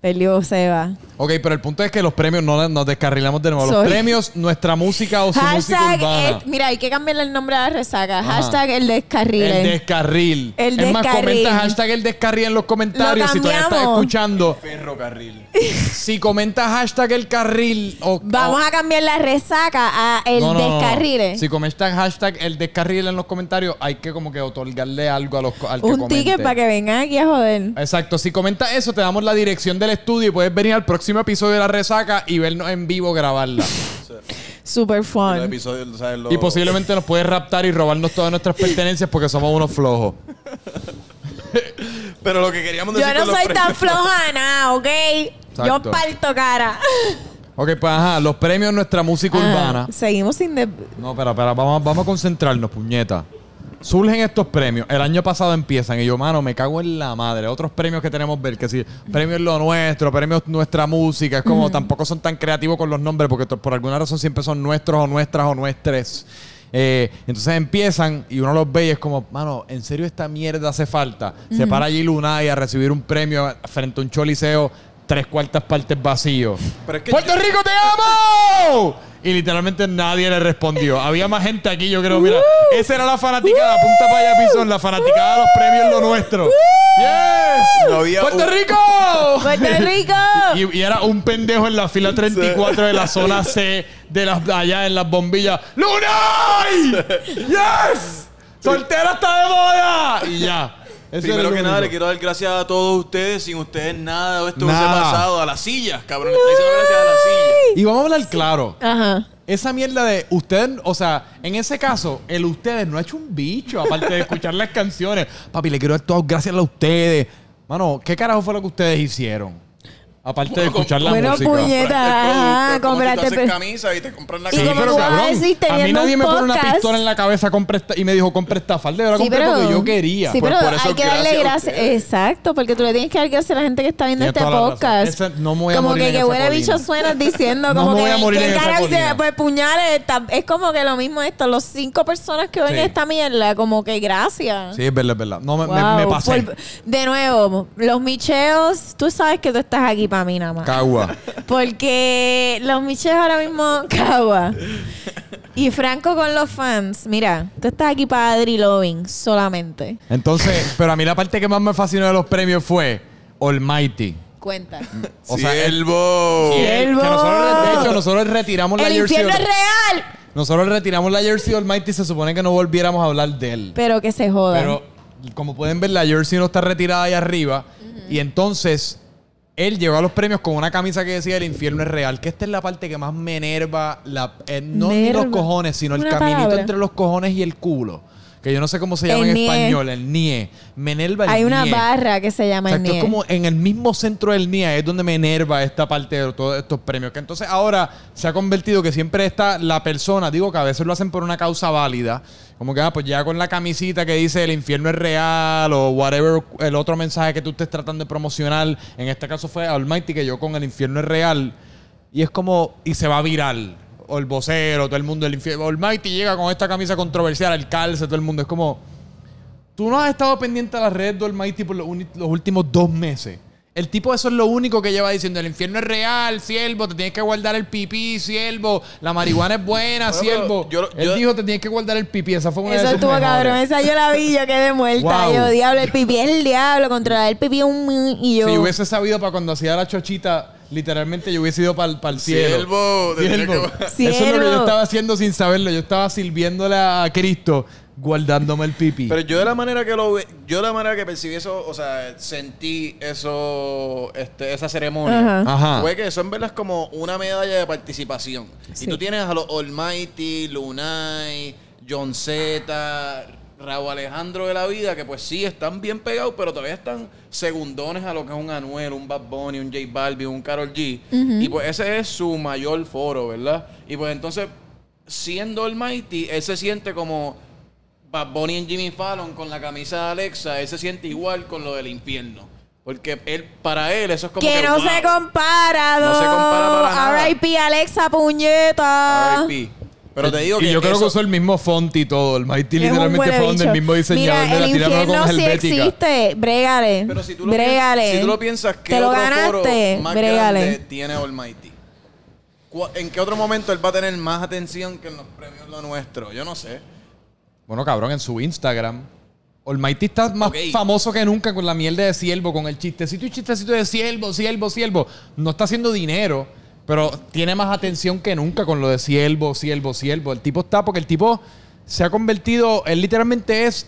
[SPEAKER 1] Perdió Seba.
[SPEAKER 3] Ok, pero el punto es que los premios no nos descarrilamos de nuevo. Los
[SPEAKER 1] Sorry.
[SPEAKER 3] premios, nuestra música o su música
[SPEAKER 1] Hashtag,
[SPEAKER 3] urbana.
[SPEAKER 1] el- mira, hay que cambiarle el nombre a la resaca.
[SPEAKER 3] Ajá.
[SPEAKER 1] Hashtag el descarril.
[SPEAKER 3] El descarril.
[SPEAKER 1] El
[SPEAKER 3] es más,
[SPEAKER 1] descarril.
[SPEAKER 3] comenta hashtag el descarril en los comentarios
[SPEAKER 1] Lo
[SPEAKER 3] si todavía estás
[SPEAKER 1] cambiamos.
[SPEAKER 3] escuchando.
[SPEAKER 2] Ferrocarril.
[SPEAKER 3] Si comentas hashtag el carril o.
[SPEAKER 1] Vamos a cambiar la resaca a el
[SPEAKER 3] Oh. No, no, no, no.
[SPEAKER 1] descarril. eh.
[SPEAKER 3] Si comentas hashtag el descarril en los comentarios, hay que como que otorgarle algo a los, co- al que
[SPEAKER 1] Un
[SPEAKER 3] comente.
[SPEAKER 1] ticket para que vengan aquí a joder.
[SPEAKER 3] Exacto, si comentas eso, te damos la dirección del estudio y puedes venir al próximo episodio de La Resaca y vernos en vivo grabarla.
[SPEAKER 1] Super
[SPEAKER 2] Los
[SPEAKER 1] fun.
[SPEAKER 2] episodios, tú ¿sabes? Los,
[SPEAKER 3] y posiblemente nos puedes raptar y robarnos todas nuestras pertenencias porque somos unos flojos.
[SPEAKER 2] Pero lo que queríamos decir
[SPEAKER 1] Yo no
[SPEAKER 2] con los
[SPEAKER 1] soy tan
[SPEAKER 2] premios-
[SPEAKER 1] floja, nada, ¿ok?
[SPEAKER 3] Exacto.
[SPEAKER 1] Yo parto cara.
[SPEAKER 3] Ok, pues ajá, los premios Nuestra Música
[SPEAKER 1] Ah,
[SPEAKER 3] Urbana.
[SPEAKER 1] seguimos sin... de-
[SPEAKER 3] No, espera, espera, vamos, vamos a concentrarnos, puñeta. Surgen estos premios. El año pasado empiezan y yo, mano, me cago en la madre. Otros premios que tenemos ver, que sí, premios lo nuestro, premios nuestra música. Es como tampoco son tan creativos con los nombres porque to- por alguna razón siempre son nuestros o nuestras o nuestres. Eh, entonces empiezan y uno los ve y es como, mano, ¿en serio esta mierda hace falta? Se para allí Lunay a recibir un premio frente a un choliseo tres cuartas partes vacío.
[SPEAKER 2] Pero es que
[SPEAKER 3] ¡Puerto
[SPEAKER 2] yo-
[SPEAKER 3] Rico te amo! Y literalmente nadie le respondió. Había más gente aquí, yo creo. Mira, esa era la fanaticada, punta para allá, Pizón, la fanaticada de los premios lo nuestro. ¡Yes!
[SPEAKER 2] No había
[SPEAKER 3] ¡Puerto
[SPEAKER 2] un-
[SPEAKER 3] Rico!
[SPEAKER 1] ¡Puerto Rico!
[SPEAKER 3] Y, y era un pendejo en la fila 34 de la zona C de las allá en las bombillas. ¡Lunay! ¡Yes! ¡Soltera está de moda! Y ya. Ese era
[SPEAKER 2] Primero
[SPEAKER 3] el
[SPEAKER 2] que nada,
[SPEAKER 3] único.
[SPEAKER 2] le quiero dar gracias a todos ustedes. Sin ustedes nada de esto hubiese
[SPEAKER 3] Nada.
[SPEAKER 2] pasado. A las sillas, cabrón. Le estoy diciendo gracias a las sillas.
[SPEAKER 3] Y vamos a hablar claro.
[SPEAKER 1] Ajá.
[SPEAKER 3] Esa mierda de ustedes, o sea, en ese caso, el ustedes no ha hecho un bicho, aparte de escuchar las canciones. Papi, le quiero dar todas gracias a ustedes. Mano, ¿qué carajo fue lo que ustedes hicieron? Aparte de
[SPEAKER 2] Bueno,
[SPEAKER 3] escuchar la
[SPEAKER 1] bueno,
[SPEAKER 3] música.
[SPEAKER 1] puñe- Puñeta, ajá,
[SPEAKER 2] compraste
[SPEAKER 1] cómprate
[SPEAKER 2] el producto, es como si tú haces
[SPEAKER 1] pe-
[SPEAKER 2] camisa y te compran la
[SPEAKER 1] Y
[SPEAKER 3] Sí,
[SPEAKER 1] como
[SPEAKER 2] camisa.
[SPEAKER 3] pero
[SPEAKER 1] tú vas a
[SPEAKER 3] cabrón,
[SPEAKER 1] decir,
[SPEAKER 3] a mí
[SPEAKER 1] teniendo
[SPEAKER 3] nadie
[SPEAKER 1] un
[SPEAKER 3] me pone una
[SPEAKER 1] podcast-
[SPEAKER 3] pistola en la cabeza compra esta- y me dijo, compra esta falda. Yo la
[SPEAKER 1] Sí,
[SPEAKER 3] compré
[SPEAKER 1] pero-
[SPEAKER 3] porque yo quería.
[SPEAKER 1] Sí,
[SPEAKER 3] Pues,
[SPEAKER 1] pero
[SPEAKER 2] por eso
[SPEAKER 1] hay que darle
[SPEAKER 2] gracias a
[SPEAKER 1] gracias.
[SPEAKER 2] ustedes.
[SPEAKER 1] Exacto, porque tú le tienes que dar gracias a la gente que está viendo
[SPEAKER 3] eh, Tienes
[SPEAKER 1] este
[SPEAKER 3] toda la razón.
[SPEAKER 1] podcast.
[SPEAKER 3] Ese- no me voy a
[SPEAKER 1] como
[SPEAKER 3] morir en
[SPEAKER 1] que que
[SPEAKER 3] esa
[SPEAKER 1] huele
[SPEAKER 3] colina.
[SPEAKER 1] bicho suena diciendo,
[SPEAKER 3] No
[SPEAKER 1] como
[SPEAKER 3] me
[SPEAKER 1] que,
[SPEAKER 3] voy a morir
[SPEAKER 1] que
[SPEAKER 3] en esa
[SPEAKER 1] cara dice,
[SPEAKER 3] colina.
[SPEAKER 1] pues puñales. ta- Es como que lo mismo esto. Los cinco personas que ven
[SPEAKER 3] Sí.
[SPEAKER 1] esta mierda, como que gracias.
[SPEAKER 3] Sí, es verdad, es verdad. No, me, me-
[SPEAKER 1] Wow,
[SPEAKER 3] me pasé.
[SPEAKER 1] por- de nuevo, los micheos, tú sabes que tú estás aquí para mí nada más.
[SPEAKER 3] Cagua.
[SPEAKER 1] Porque los Miches ahora mismo cagua. Y Franco con los fans. Mira, tú estás aquí para Adri Loving solamente.
[SPEAKER 3] Entonces, pero a mí la parte que más me fascinó de los premios fue Almighty.
[SPEAKER 1] Cuenta.
[SPEAKER 3] O sea, el-
[SPEAKER 2] Siervo.
[SPEAKER 1] Sí.
[SPEAKER 3] Que
[SPEAKER 1] ¡Siervo!
[SPEAKER 3] nosotros, de hecho, nosotros retiramos la
[SPEAKER 1] ¡El
[SPEAKER 3] jersey.
[SPEAKER 1] infierno es real!
[SPEAKER 3] Nosotros retiramos la jersey de Almighty y se supone que no volviéramos a hablar de él.
[SPEAKER 1] Pero que se joda.
[SPEAKER 3] Pero como pueden ver, la jersey no está retirada ahí arriba. Y entonces él llegó a los premios con una camisa que decía el infierno es real. Que esta es la parte que más me enerva. La, eh, no ni los
[SPEAKER 1] Nerva.
[SPEAKER 3] cojones, sino el
[SPEAKER 1] Una
[SPEAKER 3] caminito
[SPEAKER 1] palabra.
[SPEAKER 3] entre los cojones y el culo. Que yo no sé cómo se llama
[SPEAKER 1] El
[SPEAKER 3] en
[SPEAKER 1] nie.
[SPEAKER 3] español, el nie. Me enerva el
[SPEAKER 1] Hay una
[SPEAKER 3] nie.
[SPEAKER 1] barra que se llama E. el
[SPEAKER 3] Exacto, es
[SPEAKER 1] NIE.
[SPEAKER 3] como en el mismo centro del NIA, es donde me enerva esta parte de todos estos premios. Que entonces ahora se ha convertido que siempre está la persona, digo que a veces lo hacen por una causa válida, como que ah, pues ya con la camisita que dice el infierno es real o whatever, el otro mensaje que tú estés tratando de promocionar, en este caso fue Almighty, que yo con el infierno es real, y es como, y se va viral. O el vocero, todo el mundo del infierno. Almighty llega con esta camisa controversial, el calce, todo el mundo. Es como, Tú no has estado pendiente a las redes de Almighty por los, uni- los últimos dos meses. El tipo eso es lo único que lleva diciendo. El infierno es real, siervo. Te tienes que guardar el pipí, siervo. La marihuana es buena,
[SPEAKER 2] Bueno, pero
[SPEAKER 3] siervo.
[SPEAKER 2] yo-
[SPEAKER 3] Él
[SPEAKER 2] yo-
[SPEAKER 3] dijo, te tienes que guardar el pipí. Esa fue una
[SPEAKER 1] Eso
[SPEAKER 3] de sus
[SPEAKER 1] estuvo
[SPEAKER 3] mejores.
[SPEAKER 1] cabrón. Esa yo la vi, yo quedé muerta.
[SPEAKER 3] Wow.
[SPEAKER 1] Yo, diablo, el pipí es el diablo. Controlar el pipí es un... mi- Y yo...
[SPEAKER 3] Si hubiese sabido para cuando hacía la chochita, literalmente yo hubiese ido para el cielo.
[SPEAKER 2] Siervo, te tienes
[SPEAKER 3] Siervo.
[SPEAKER 2] que-
[SPEAKER 3] Eso es lo que yo
[SPEAKER 1] Siervo.
[SPEAKER 3] estaba haciendo sin saberlo. Yo estaba sirviéndole a Cristo guardándome el pipí.
[SPEAKER 2] Pero yo de la manera que lo ve- yo de la manera que percibí eso, o sea, sentí eso, este, esa ceremonia.
[SPEAKER 1] Ajá.
[SPEAKER 3] Ajá.
[SPEAKER 2] Fue que eso en verdad es como una medalla de participación. Y
[SPEAKER 1] Sí.
[SPEAKER 2] tú tienes a los Almighty, Lunay, John Z, Raúl Alejandro de la vida, que pues sí, están bien pegados, pero todavía están segundones a lo que es un Anuel, un Bad Bunny, un J Balvin, un Karol G. Y pues ese es su mayor foro, ¿verdad? Y pues entonces, siendo Almighty, él se siente como Bad Bunny en Jimmy Fallon con la camisa de Alexa, él se siente igual con lo del infierno. Porque él, para él, eso es como
[SPEAKER 1] que, no
[SPEAKER 2] wow.
[SPEAKER 1] se compara,
[SPEAKER 2] No se compara para
[SPEAKER 1] dog.
[SPEAKER 2] nada.
[SPEAKER 1] R.I.P. Alexa, puñeta.
[SPEAKER 2] RIP. Pero te digo
[SPEAKER 3] y
[SPEAKER 2] que
[SPEAKER 3] yo creo
[SPEAKER 2] eso-
[SPEAKER 3] que usó el mismo font y todo. El Mighty
[SPEAKER 1] Es un
[SPEAKER 3] literalmente
[SPEAKER 1] huele
[SPEAKER 3] fue donde el
[SPEAKER 1] bicho.
[SPEAKER 3] mismo diseñador
[SPEAKER 1] Mira,
[SPEAKER 3] de la
[SPEAKER 1] el
[SPEAKER 3] tiraba
[SPEAKER 1] infierno
[SPEAKER 3] con
[SPEAKER 1] sí
[SPEAKER 3] Helvética.
[SPEAKER 1] existe. Brégale.
[SPEAKER 2] Pero si tú lo,
[SPEAKER 1] brégale.
[SPEAKER 2] piensas, si tú lo piensas, ¿qué
[SPEAKER 1] Te lo
[SPEAKER 2] otro
[SPEAKER 1] ganaste.
[SPEAKER 2] foro más grande
[SPEAKER 1] Brégale.
[SPEAKER 2] tiene Almighty? ¿Cu- ¿En qué otro momento él va a tener más atención que en los premios lo nuestro? Yo no sé.
[SPEAKER 3] Bueno, cabrón, en su Instagram. Almighty está más
[SPEAKER 2] Ok.
[SPEAKER 3] famoso que nunca con la mierda de siervo, con el chistecito y chistecito de siervo, siervo, siervo. No está haciendo dinero, pero tiene más atención que nunca con lo de siervo, siervo, siervo. El tipo está, porque el tipo se ha convertido, él literalmente es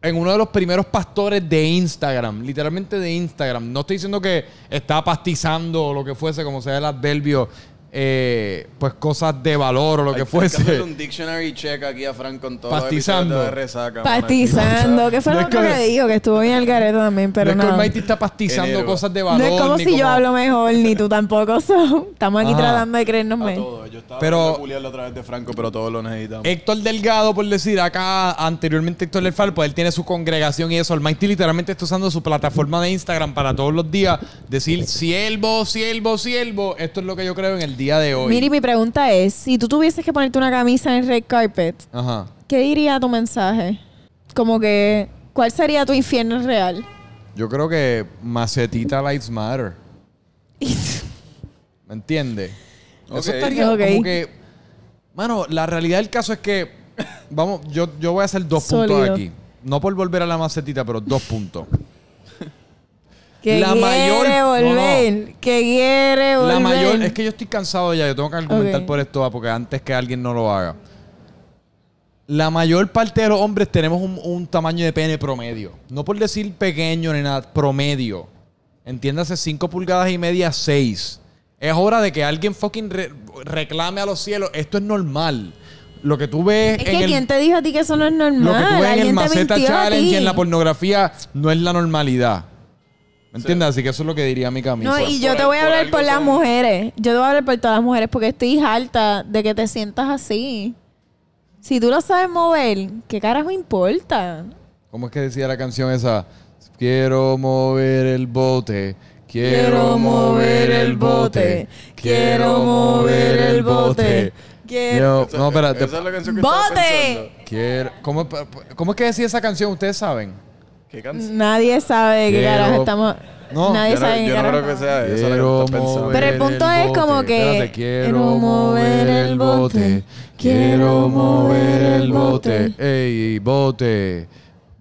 [SPEAKER 3] en uno de los primeros pastores de Instagram, literalmente de Instagram. No estoy diciendo que está pastizando o lo que fuese, como sea el adverbio, eh, pues cosas de valor o lo
[SPEAKER 2] Hay-
[SPEAKER 3] que
[SPEAKER 2] hay
[SPEAKER 3] fuese.
[SPEAKER 2] hacerle un dictionary check aquí a Frank con todo.
[SPEAKER 3] Pastizando.
[SPEAKER 2] De resaca, mano.
[SPEAKER 1] Pastizando. ¿Qué fue
[SPEAKER 3] No
[SPEAKER 1] lo
[SPEAKER 3] es
[SPEAKER 1] otro
[SPEAKER 3] que-
[SPEAKER 1] que dijo? Que estuvo bien el garete también, pero
[SPEAKER 3] no es que
[SPEAKER 1] no.
[SPEAKER 3] Almighty está pastizando
[SPEAKER 2] Enero.
[SPEAKER 3] cosas de valor.
[SPEAKER 1] No es como
[SPEAKER 3] ni
[SPEAKER 1] si yo hablo mejor, ni tú tampoco. so, Estamos aquí
[SPEAKER 3] Ajá.
[SPEAKER 1] tratando de creernos
[SPEAKER 2] A
[SPEAKER 1] menos.
[SPEAKER 2] todo. Yo estaba
[SPEAKER 3] Pero-
[SPEAKER 2] pero, culiarlo a través de Franco, pero todos lo necesitamos.
[SPEAKER 3] Héctor Delgado, por decir acá, anteriormente Héctor del Fal, pues él tiene su congregación y eso. Almighty literalmente está usando su plataforma de Instagram para todos los días decir siervo, siervo, siervo. Esto es lo que yo creo en el día de hoy.
[SPEAKER 1] Miri, mi pregunta es: si tú tuvieses que ponerte una camisa en red carpet,
[SPEAKER 3] Ajá.
[SPEAKER 1] ¿qué diría tu mensaje? Como que, ¿cuál sería tu infierno real?
[SPEAKER 3] Yo creo que Macetita Lives Matter. ¿Me entiendes? Eso
[SPEAKER 2] Ok.
[SPEAKER 3] estaría
[SPEAKER 1] Ok.
[SPEAKER 3] como que. Mano, la realidad del caso es que. Vamos, yo, yo voy a hacer dos puntos
[SPEAKER 1] Sólido.
[SPEAKER 3] aquí. No por volver a la macetita, pero dos puntos.
[SPEAKER 1] Que
[SPEAKER 3] La
[SPEAKER 1] quiere
[SPEAKER 3] mayor- no, no.
[SPEAKER 1] volver. Que quiere volver.
[SPEAKER 3] La mayor. Es que yo estoy cansado ya. Yo tengo que argumentar
[SPEAKER 1] Ok.
[SPEAKER 3] por esto ah, porque antes que alguien no lo haga. La mayor parte de los hombres tenemos un, un tamaño de pene promedio. No por decir pequeño ni nada, promedio. Entiéndase, 5 pulgadas y media, 6. Es hora de que alguien fucking re- reclame a los cielos. Esto es normal. Lo que tú ves
[SPEAKER 1] Es
[SPEAKER 3] en
[SPEAKER 1] que
[SPEAKER 3] el-
[SPEAKER 1] ¿quién te dijo a ti que eso no es normal?
[SPEAKER 3] lo que tú ves en el
[SPEAKER 1] Alguien te mintió
[SPEAKER 3] Maceta
[SPEAKER 1] a
[SPEAKER 3] Challenge
[SPEAKER 1] ti.
[SPEAKER 3] y en la pornografía no es la normalidad. ¿Me entiendes? Así que eso es lo que diría mi camisa.
[SPEAKER 1] No, y
[SPEAKER 2] Por-
[SPEAKER 1] yo
[SPEAKER 2] por
[SPEAKER 1] te
[SPEAKER 2] al-
[SPEAKER 1] voy a
[SPEAKER 2] por
[SPEAKER 1] hablar
[SPEAKER 2] algo
[SPEAKER 1] por las
[SPEAKER 2] son-
[SPEAKER 1] mujeres. Yo te voy a hablar por todas las mujeres porque estoy harta de que te sientas así. Si tú lo sabes mover, ¿qué carajo importa?
[SPEAKER 3] ¿Cómo es que decía la canción esa? Quiero mover el bote. Quiero mover el bote. Quiero mover el bote.
[SPEAKER 1] Quiero-
[SPEAKER 3] Yo- No, espérate.
[SPEAKER 2] Esa es la canción que estaba pensando.
[SPEAKER 1] ¡Bote!
[SPEAKER 3] Quiero- ¿Cómo, cómo es que decía esa canción? Ustedes saben.
[SPEAKER 1] Mm,
[SPEAKER 2] ¿Qué canción?
[SPEAKER 1] Nadie sabe de qué
[SPEAKER 3] Quiero-
[SPEAKER 1] carajo estamos.
[SPEAKER 3] No,
[SPEAKER 1] nadie
[SPEAKER 2] Yo no,
[SPEAKER 1] sabe de qué
[SPEAKER 2] yo no
[SPEAKER 1] carajo
[SPEAKER 2] creo que
[SPEAKER 1] estamos.
[SPEAKER 2] sea esa la que tú estás pensando.
[SPEAKER 1] Pero el punto es
[SPEAKER 3] bote.
[SPEAKER 1] como que-
[SPEAKER 3] Espérate, quiero mover el bote. Quiero mover el bote. Ey, bote.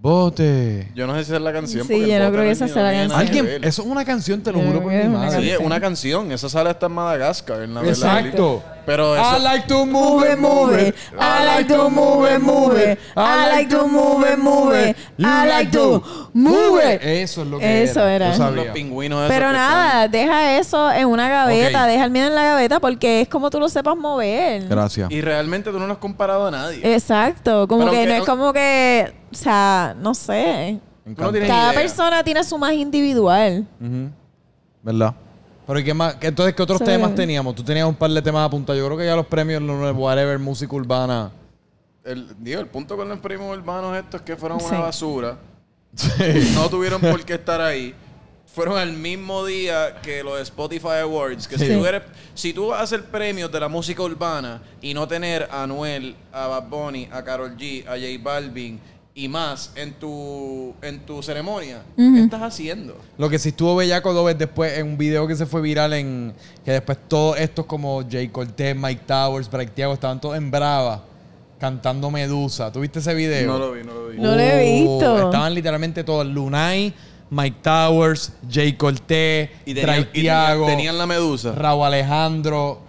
[SPEAKER 3] Bote.
[SPEAKER 2] Yo no sé si esa es la canción.
[SPEAKER 1] Sí,
[SPEAKER 2] porque el
[SPEAKER 1] yo no
[SPEAKER 2] bote
[SPEAKER 1] creo que esa
[SPEAKER 2] es
[SPEAKER 1] sea la
[SPEAKER 2] ni- no tiene nada que
[SPEAKER 3] Alguien,
[SPEAKER 2] ver.
[SPEAKER 3] eso es una canción, te lo
[SPEAKER 1] Yo
[SPEAKER 3] juro
[SPEAKER 1] creo
[SPEAKER 3] por
[SPEAKER 1] que
[SPEAKER 3] mi
[SPEAKER 1] es una
[SPEAKER 3] madre.
[SPEAKER 2] Sí, es
[SPEAKER 1] canción.
[SPEAKER 2] una canción. Esa sale hasta en Madagascar. En la en la
[SPEAKER 3] Exacto.
[SPEAKER 2] película. Pero
[SPEAKER 1] Ah,
[SPEAKER 2] eso,
[SPEAKER 3] I like to move it, move it. I like to move it, move it. I like to move it, move it. You
[SPEAKER 1] I like to move it.
[SPEAKER 3] Eso es lo que
[SPEAKER 1] Eso era.
[SPEAKER 3] Yo
[SPEAKER 1] Son
[SPEAKER 2] los
[SPEAKER 3] sabía.
[SPEAKER 2] pingüinos esos
[SPEAKER 1] Pero
[SPEAKER 2] que
[SPEAKER 1] nada, deja eso en una gaveta,
[SPEAKER 3] Ok.
[SPEAKER 1] deja el miedo en la gaveta porque es como tú lo sepas mover.
[SPEAKER 3] Gracias.
[SPEAKER 2] están- Y realmente tú no lo has comparado a nadie.
[SPEAKER 1] Exacto, como
[SPEAKER 2] Pero
[SPEAKER 1] que no
[SPEAKER 2] aunque-
[SPEAKER 1] es como que, o sea, no sé.
[SPEAKER 2] Tú no tienes
[SPEAKER 1] Cada
[SPEAKER 2] idea.
[SPEAKER 1] persona tiene su más individual.
[SPEAKER 3] Ujú. ¿Verdad? Pero ¿y qué más? Entonces, ¿qué otros
[SPEAKER 1] Sí.
[SPEAKER 3] temas teníamos? Tú tenías un par de temas apuntados. Yo creo que ya los premios, los whatever, música urbana.
[SPEAKER 2] El, digo, el punto con los primos hermanos estos es que fueron
[SPEAKER 1] Sí.
[SPEAKER 2] una basura.
[SPEAKER 3] Sí.
[SPEAKER 2] No tuvieron por qué estar ahí. Fueron al mismo día que los Spotify Awards. Que
[SPEAKER 1] Sí.
[SPEAKER 2] si, tú eres, si tú vas a hacer premios de la música urbana y no tener a Anuel, a Bad Bunny, a Karol G, a J Balvin y más en tu, en tu ceremonia, ¿qué estás haciendo?
[SPEAKER 3] Lo que sí estuvo bellaco dos veces después en un video que se fue viral en que después todos estos como Jay Cortez, Mike Towers, Brad Thiago estaban todos en brava cantando Medusa. ¿Tuviste ese video?
[SPEAKER 2] vi, no lo vi.
[SPEAKER 1] No lo he
[SPEAKER 3] Oh,
[SPEAKER 1] visto.
[SPEAKER 3] Estaban literalmente todos Lunay, Mike Towers, Jay Cortez,
[SPEAKER 2] Y,
[SPEAKER 3] Drake
[SPEAKER 2] tenían- y tenían-
[SPEAKER 3] Thiago,
[SPEAKER 2] tenían la medusa.
[SPEAKER 3] Raúl Alejandro.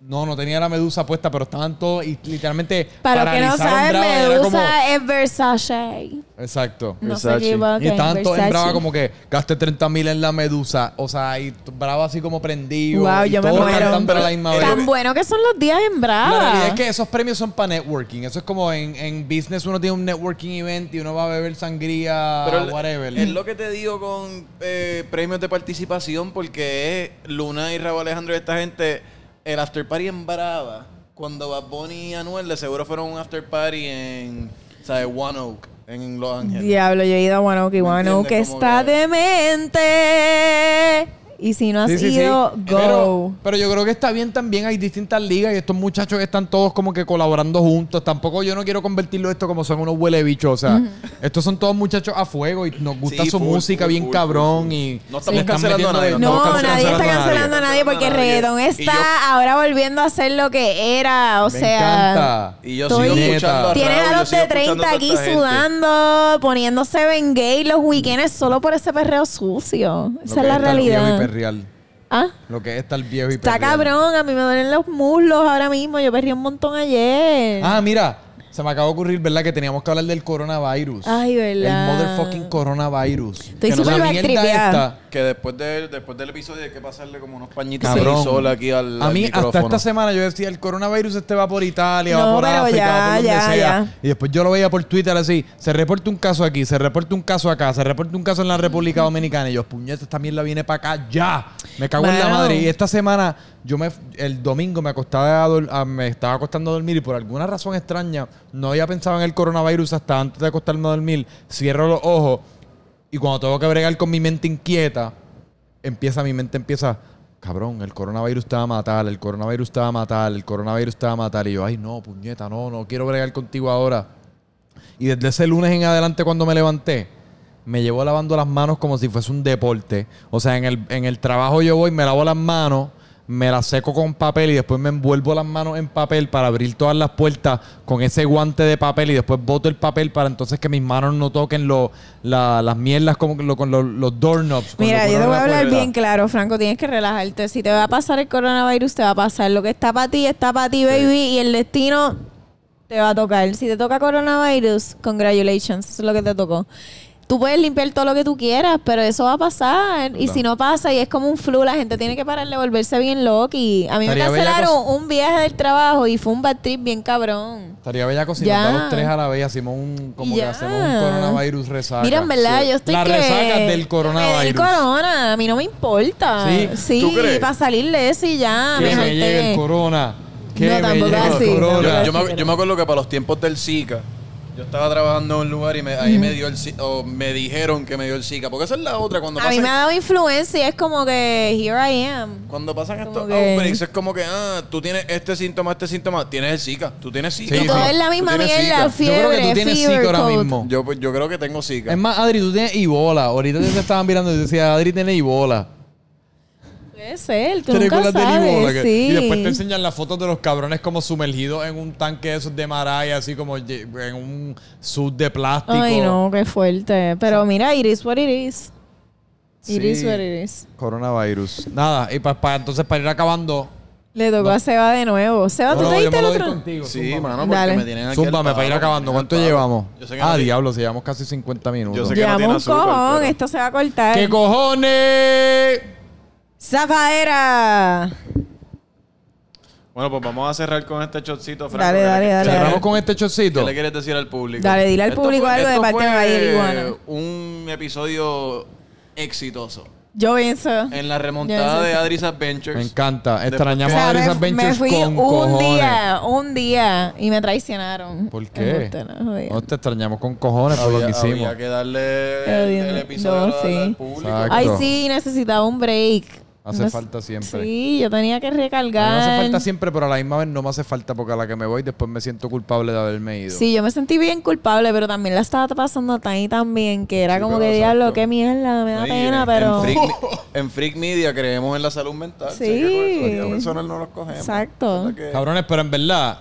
[SPEAKER 3] No, no tenía la medusa puesta, pero estaban todos y literalmente
[SPEAKER 1] Para los que no saben,
[SPEAKER 3] paralizaron Brava y era
[SPEAKER 1] Medusa
[SPEAKER 3] como-
[SPEAKER 1] es Versace.
[SPEAKER 3] Exacto.
[SPEAKER 1] No se
[SPEAKER 2] Versace.
[SPEAKER 1] equivoquen,
[SPEAKER 3] Y estaban todos en
[SPEAKER 1] Versace.
[SPEAKER 3] Brava como que gasté 30 mil en la medusa. O sea, y t- Brava así como prendido.
[SPEAKER 1] Wow,
[SPEAKER 3] y
[SPEAKER 1] yo me
[SPEAKER 3] todos
[SPEAKER 1] muero.
[SPEAKER 3] cantando a la misma vez.
[SPEAKER 1] Tan bueno que son los días en
[SPEAKER 3] La realidad
[SPEAKER 1] Brava.
[SPEAKER 3] es que esos premios son para networking. Eso es como en, en business uno tiene un networking event y uno va a beber sangría,
[SPEAKER 2] Pero el-
[SPEAKER 3] Ah, whatever.
[SPEAKER 2] es lo que te digo con eh, premios de participación, porque es Luna y Raúl Alejandro y esta gente, el after party en Brava, cuando Bad Bunny y Anuel de seguro fueron a un after party en, ¿sabes? One Oak, en Los Ángeles.
[SPEAKER 1] Diablo, yo he ido a Guanoque. Guanoque
[SPEAKER 2] entiendes? Como
[SPEAKER 1] está
[SPEAKER 2] que-
[SPEAKER 1] demente. Y si no has
[SPEAKER 3] Sí, sí, sí.
[SPEAKER 1] ido,
[SPEAKER 3] Pero,
[SPEAKER 1] go.
[SPEAKER 3] pero yo creo que está bien también. Hay distintas ligas y estos muchachos están todos como que colaborando juntos. Tampoco yo no quiero convertirlo esto como son unos huele bichos. O sea, estos son todos muchachos a fuego y nos gusta
[SPEAKER 2] Sí,
[SPEAKER 3] su
[SPEAKER 2] full,
[SPEAKER 3] música
[SPEAKER 2] full,
[SPEAKER 3] bien
[SPEAKER 2] full,
[SPEAKER 3] cabrón.
[SPEAKER 2] full, full.
[SPEAKER 3] Y
[SPEAKER 2] No estamos
[SPEAKER 3] le están
[SPEAKER 2] cancelando
[SPEAKER 3] metiendo
[SPEAKER 2] a nadie,
[SPEAKER 3] de-
[SPEAKER 2] no
[SPEAKER 1] No,
[SPEAKER 3] estamos
[SPEAKER 1] nadie está
[SPEAKER 3] a
[SPEAKER 1] cancelando a nadie porque
[SPEAKER 2] Nadie.
[SPEAKER 1] Redon
[SPEAKER 2] Y
[SPEAKER 1] está
[SPEAKER 2] yo-
[SPEAKER 1] ahora volviendo a ser lo que era. O
[SPEAKER 3] Me
[SPEAKER 1] sea.
[SPEAKER 3] encanta.
[SPEAKER 2] Y yo
[SPEAKER 1] Estoy-
[SPEAKER 2] sigo escuchando a
[SPEAKER 1] Tienes
[SPEAKER 2] Raúl,
[SPEAKER 1] a
[SPEAKER 2] yo
[SPEAKER 1] los
[SPEAKER 2] sigo
[SPEAKER 1] de
[SPEAKER 2] escuchando
[SPEAKER 1] 30
[SPEAKER 2] a
[SPEAKER 1] aquí
[SPEAKER 2] toda esta gente.
[SPEAKER 1] sudando, poniéndose Ben Gay los weekends solo por ese perreo sucio.
[SPEAKER 3] Lo
[SPEAKER 1] Esa
[SPEAKER 3] que
[SPEAKER 1] es la
[SPEAKER 3] estar viejo y
[SPEAKER 1] realidad.
[SPEAKER 3] perreal.
[SPEAKER 1] ¿Ah?
[SPEAKER 3] Lo que es estar viejo y
[SPEAKER 1] Está
[SPEAKER 3] perreal.
[SPEAKER 1] cabrón, a mí me duelen los muslos ahora mismo. Yo perrí un montón ayer.
[SPEAKER 3] Ah, mira, se me acaba de ocurrir, ¿verdad? Que teníamos que hablar del coronavirus.
[SPEAKER 1] Ay, ¿verdad?
[SPEAKER 3] El motherfucking coronavirus.
[SPEAKER 1] Estoy
[SPEAKER 3] Que no- la
[SPEAKER 1] súper
[SPEAKER 3] mierda
[SPEAKER 1] backtripeada.
[SPEAKER 3] esta-
[SPEAKER 2] Que después, de, después del episodio hay que pasarle como unos pañitos de
[SPEAKER 3] Cabrón.
[SPEAKER 2] sol aquí al,
[SPEAKER 3] a
[SPEAKER 2] al
[SPEAKER 3] mí, hasta
[SPEAKER 2] micrófono.
[SPEAKER 3] esta semana, yo decía: el coronavirus este va por Italia, va
[SPEAKER 1] No,
[SPEAKER 3] por
[SPEAKER 1] pero
[SPEAKER 3] África, va
[SPEAKER 1] ya,
[SPEAKER 3] por donde
[SPEAKER 1] ya,
[SPEAKER 3] sea.
[SPEAKER 1] ya.
[SPEAKER 3] Y después yo lo veía por Twitter así: se reporta un caso aquí, se reporta un caso acá, se reporta un caso en la República Dominicana. Y yo, puñetas, esta mierda viene para acá ya. Me cago en la
[SPEAKER 1] Mano.
[SPEAKER 3] madre. Y esta semana, yo me el domingo me acostaba a dor- a- me estaba acostando a dormir y por alguna razón extraña, no había pensado en el coronavirus hasta antes de acostarme a dormir. Cierro los ojos. Y cuando tengo que bregar con mi mente inquieta, empieza, mi mente empieza, cabrón, el coronavirus te va a matar, el coronavirus te va a matar, el coronavirus te va a matar. Y yo, ay, no, puñeta, no, no quiero bregar contigo ahora. Y desde ese lunes en adelante, cuando me levanté, me llevo lavando las manos como si fuese un deporte. O sea, en el, en el trabajo yo voy, me lavo las manos, me las seco con papel y después me envuelvo las manos en papel para abrir todas las puertas con ese guante de papel y después boto el papel para entonces que mis manos no toquen lo- la- las mierdas como que lo- con lo- los doorknobs. cuando
[SPEAKER 1] Mira, yo
[SPEAKER 3] ponen
[SPEAKER 1] te voy
[SPEAKER 3] la
[SPEAKER 1] a hablar
[SPEAKER 3] puerta.
[SPEAKER 1] bien claro, Franco. Tienes que relajarte. Si te va a pasar el coronavirus, te va a pasar. Lo que está para ti, está para ti, baby. Y el destino te va a tocar. Si te toca coronavirus, congratulations. Eso es lo que te tocó. Tú puedes limpiar todo lo que tú quieras, pero eso va a pasar. Y si no pasa y es como un flu, la gente tiene que parar de volverse bien loca. Y a mí me
[SPEAKER 3] Estaría bella
[SPEAKER 1] cancelaron un viaje del trabajo y fue un bad trip bien cabrón.
[SPEAKER 3] Estaría bellaco si
[SPEAKER 1] Ya.
[SPEAKER 3] nos da los tres a la vez, hacemos un, como que
[SPEAKER 1] Ya.
[SPEAKER 3] hacemos un coronavirus resaca.
[SPEAKER 1] Mira, en verdad, yo estoy
[SPEAKER 3] La
[SPEAKER 1] que...
[SPEAKER 3] resaca del
[SPEAKER 1] El
[SPEAKER 3] coronavirus.
[SPEAKER 1] corona, a mí no me importa.
[SPEAKER 3] Sí,
[SPEAKER 1] Sí,
[SPEAKER 2] ¿tú crees?
[SPEAKER 1] para salir de ese y ya.
[SPEAKER 3] Que me
[SPEAKER 1] jalté.
[SPEAKER 3] llegue el corona. Que
[SPEAKER 1] No,
[SPEAKER 3] me
[SPEAKER 1] tampoco
[SPEAKER 3] llegue
[SPEAKER 1] así,
[SPEAKER 3] el corona.
[SPEAKER 2] Yo, yo me, yo me acuerdo que para los tiempos del Zika, yo estaba trabajando en un lugar y me- ahí me dio el Zi- o me dijeron que me dio el Zika. Porque esa es la otra, cuando
[SPEAKER 1] a mí
[SPEAKER 2] pasan,
[SPEAKER 1] me ha dado influencia y es como que here I am.
[SPEAKER 2] cuando pasan estos
[SPEAKER 1] Como que-
[SPEAKER 2] outbreaks, es como que, ah, tú tienes este síntoma, este síntoma, tienes el Zika, tú tienes Zika.
[SPEAKER 3] Sí,
[SPEAKER 1] Y
[SPEAKER 2] tú
[SPEAKER 1] todo
[SPEAKER 3] sí.
[SPEAKER 1] Pues es la misma
[SPEAKER 2] tienes
[SPEAKER 1] mierda,
[SPEAKER 2] Zika.
[SPEAKER 3] Yo creo que tú
[SPEAKER 1] fiebre,
[SPEAKER 3] tienes
[SPEAKER 1] fever
[SPEAKER 3] Zika ahora
[SPEAKER 1] cold.
[SPEAKER 3] mismo.
[SPEAKER 2] Yo, pues, yo creo que tengo Zika.
[SPEAKER 3] Es más, Adri, tú tienes Ibola. Ahorita te estaban mirando y te decía, Adri tiene Ibola.
[SPEAKER 1] Puede ser, tú
[SPEAKER 3] ¿Te
[SPEAKER 1] nunca
[SPEAKER 3] recuerdas del Ibola?
[SPEAKER 1] sabes,
[SPEAKER 3] Que-
[SPEAKER 1] sí.
[SPEAKER 3] Y después te enseñan las fotos de los cabrones como sumergidos en un tanque de esos de maraya, así como ye- en un sud de plástico.
[SPEAKER 1] Ay, no, qué fuerte. Pero mira, it is what it is. It is
[SPEAKER 3] Sí.
[SPEAKER 1] what it is.
[SPEAKER 3] Coronavirus. Nada, y para entonces para ir acabando.
[SPEAKER 1] Le tocó a Seba de nuevo. Seba,
[SPEAKER 3] No,
[SPEAKER 1] Ah, ¿tú
[SPEAKER 3] no,
[SPEAKER 1] te
[SPEAKER 3] yo
[SPEAKER 1] diste
[SPEAKER 3] me
[SPEAKER 1] el
[SPEAKER 3] lo doy
[SPEAKER 1] otro?
[SPEAKER 3] contigo.
[SPEAKER 2] Sí,
[SPEAKER 3] zumba.
[SPEAKER 2] mano, porque
[SPEAKER 1] Dale.
[SPEAKER 2] me tienen aquí
[SPEAKER 3] Zúmbame
[SPEAKER 2] al
[SPEAKER 3] para ir
[SPEAKER 2] palo,
[SPEAKER 3] acabando.
[SPEAKER 2] me tienen
[SPEAKER 3] ¿Cuánto
[SPEAKER 2] al palo.
[SPEAKER 3] llevamos?
[SPEAKER 2] Yo sé que
[SPEAKER 3] Ah,
[SPEAKER 2] no-
[SPEAKER 3] diablo, se llevamos casi 50 minutos.
[SPEAKER 2] Yo sé que no
[SPEAKER 1] Llevamos
[SPEAKER 2] tiene
[SPEAKER 1] un
[SPEAKER 2] azúcar,
[SPEAKER 1] cojón,
[SPEAKER 2] pero-
[SPEAKER 1] esto se va a cortar.
[SPEAKER 3] ¡Qué cojones!
[SPEAKER 1] ¡Zafadera!
[SPEAKER 2] Bueno, pues vamos a cerrar con este shotcito, Franco.
[SPEAKER 1] Dale,
[SPEAKER 2] ¿Qué le-
[SPEAKER 1] dale, dale.
[SPEAKER 3] Cerramos con este chocito.
[SPEAKER 2] ¿Qué le quieres decir al público?
[SPEAKER 1] Dale, dile al
[SPEAKER 2] Esto
[SPEAKER 1] público
[SPEAKER 2] fue-
[SPEAKER 1] algo de
[SPEAKER 2] esto
[SPEAKER 1] parte de
[SPEAKER 2] fue
[SPEAKER 1] Bayer Iguana.
[SPEAKER 2] Un episodio exitoso.
[SPEAKER 1] Yo pienso.
[SPEAKER 3] Eh,
[SPEAKER 2] En la
[SPEAKER 1] Ya,
[SPEAKER 2] remontada
[SPEAKER 1] sí,
[SPEAKER 2] de
[SPEAKER 1] sí.
[SPEAKER 2] Adris Adventures.
[SPEAKER 3] Me encanta. Extrañamos
[SPEAKER 1] O sea,
[SPEAKER 3] a Adris
[SPEAKER 1] me- me
[SPEAKER 3] Adventures
[SPEAKER 1] fui
[SPEAKER 3] con
[SPEAKER 1] un
[SPEAKER 3] cojones.
[SPEAKER 1] día, un día y me traicionaron.
[SPEAKER 3] ¿Por qué?
[SPEAKER 1] Es justo, no, jodiendo.
[SPEAKER 3] No te extrañamos con cojones por lo que
[SPEAKER 2] Había-
[SPEAKER 3] hicimos.
[SPEAKER 2] Había que darle
[SPEAKER 1] Qué
[SPEAKER 2] el,
[SPEAKER 1] bien.
[SPEAKER 2] el
[SPEAKER 1] No,
[SPEAKER 2] episodio al- al
[SPEAKER 1] sí.
[SPEAKER 2] público.
[SPEAKER 3] Exacto.
[SPEAKER 1] Ay, sí, necesitaba un break.
[SPEAKER 3] Hace
[SPEAKER 1] No-
[SPEAKER 3] falta siempre.
[SPEAKER 1] Sí, yo tenía que
[SPEAKER 3] A
[SPEAKER 1] recargar.
[SPEAKER 3] mí me hace falta siempre, pero a la misma vez no me hace falta porque a la que me voy después me siento culpable de haberme ido.
[SPEAKER 1] Sí, yo me sentí bien culpable, pero también la estaba pasando tan y tan bien que era
[SPEAKER 2] Sí,
[SPEAKER 1] como
[SPEAKER 2] pero
[SPEAKER 1] que
[SPEAKER 2] exacto.
[SPEAKER 1] diablo, qué mierda, me da
[SPEAKER 2] Oye,
[SPEAKER 1] pena,
[SPEAKER 2] en
[SPEAKER 1] pero.
[SPEAKER 2] Freak Mi- en Freak Media creemos en la salud mental.
[SPEAKER 1] Sí.
[SPEAKER 2] Sé que con eso, a personas no los cogemos.
[SPEAKER 1] Exacto.
[SPEAKER 2] Cosa que-
[SPEAKER 3] Cabrones, pero en verdad,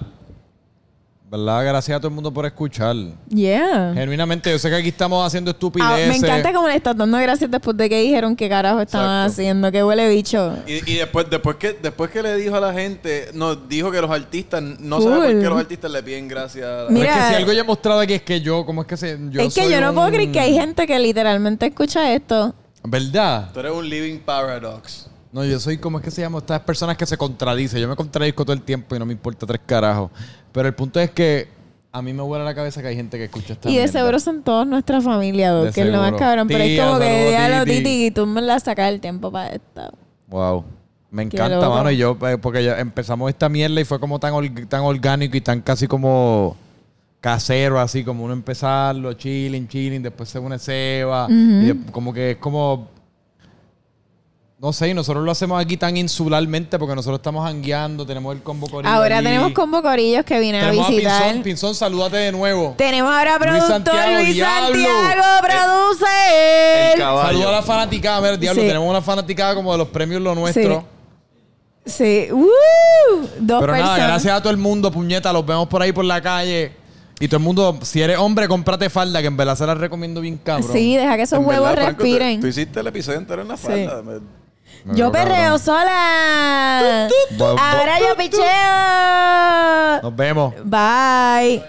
[SPEAKER 3] ¿Verdad? Gracias a todo el mundo por escuchar.
[SPEAKER 1] Yeah.
[SPEAKER 3] Genuinamente, yo sé que aquí estamos haciendo estupideces.
[SPEAKER 1] Ah, me encanta cómo le estás dando gracias después de que dijeron qué carajo estaban
[SPEAKER 3] eh. Exacto.
[SPEAKER 1] haciendo, qué huele bicho.
[SPEAKER 2] Y, y después, después, que, después que le dijo a la gente, nos dijo que los artistas, no sabe
[SPEAKER 1] Cool.
[SPEAKER 2] por qué los artistas le piden gracias a la
[SPEAKER 1] Mi-
[SPEAKER 3] Pero es
[SPEAKER 1] Mira.
[SPEAKER 3] que si algo ya he mostrado aquí es que yo, ¿cómo es que se.? Yo
[SPEAKER 1] es que
[SPEAKER 3] soy
[SPEAKER 1] yo no puedo
[SPEAKER 3] un-
[SPEAKER 1] creer que hay gente que literalmente escucha esto.
[SPEAKER 3] ¿Verdad?
[SPEAKER 2] Tú eres un living paradox.
[SPEAKER 3] No, yo soy, ¿cómo es que se llama? Estas personas que se contradicen. Yo me contradizco todo el tiempo y no me importa tres carajos. Pero el punto es que a mí me vuela la cabeza que hay gente que escucha esta
[SPEAKER 1] y de
[SPEAKER 3] mierda.
[SPEAKER 1] seguro son todos nuestra familia, Doc,
[SPEAKER 3] De
[SPEAKER 1] que es lo más
[SPEAKER 3] seguro.
[SPEAKER 1] cabrón. Pero es
[SPEAKER 3] Tía,
[SPEAKER 1] como que
[SPEAKER 3] saludos,
[SPEAKER 1] diablo,
[SPEAKER 3] Titi.
[SPEAKER 1] Titi, y tú me la sacas el tiempo para esto.
[SPEAKER 3] Wow. Me
[SPEAKER 1] Qué
[SPEAKER 3] encanta,
[SPEAKER 1] loco.
[SPEAKER 3] mano. Y yo, eh, porque ya empezamos esta mierda y fue como tan, org- tan orgánico y tan casi como casero, así como uno empezarlo, chilling, chilling, después se une Seba. y de- como que es como. No sé, y nosotros lo hacemos aquí tan insularmente porque nosotros estamos hangueando, tenemos el combo corillo
[SPEAKER 1] Ahora
[SPEAKER 3] ahí.
[SPEAKER 1] tenemos combo corillos que viene a
[SPEAKER 3] Tenemos a
[SPEAKER 1] visitar.
[SPEAKER 3] Pinzón, Pinzón, salúdate de nuevo.
[SPEAKER 1] tenemos ahora
[SPEAKER 3] Luis
[SPEAKER 1] productor
[SPEAKER 3] Santiago,
[SPEAKER 1] Luis
[SPEAKER 3] diablo.
[SPEAKER 1] Santiago,
[SPEAKER 2] El
[SPEAKER 1] produce.
[SPEAKER 2] caballo.
[SPEAKER 3] Saluda a la fanaticada, a ver, diablo,
[SPEAKER 1] Sí.
[SPEAKER 3] tenemos una fanaticada como de los premios lo nuestro.
[SPEAKER 1] Sí. Sí, ¡Woo! dos
[SPEAKER 3] Pero
[SPEAKER 1] personas.
[SPEAKER 3] nada, gracias a todo el mundo, puñeta, los vemos por ahí por la calle. Y todo el mundo, si eres hombre, cómprate falda, que en verdad se la recomiendo bien cabrón.
[SPEAKER 1] Sí, deja que esos
[SPEAKER 2] En verdad,
[SPEAKER 1] huevos
[SPEAKER 2] Franco, te-
[SPEAKER 1] respiren.
[SPEAKER 2] Tú hiciste el episodio entero en la
[SPEAKER 1] Sí.
[SPEAKER 2] falda. me-
[SPEAKER 3] Me
[SPEAKER 1] Yo
[SPEAKER 3] veo cabrón.
[SPEAKER 1] perreo sola.
[SPEAKER 3] tu, tu,
[SPEAKER 1] Ahora yo picheo.
[SPEAKER 3] Nos vemos.
[SPEAKER 1] Bye.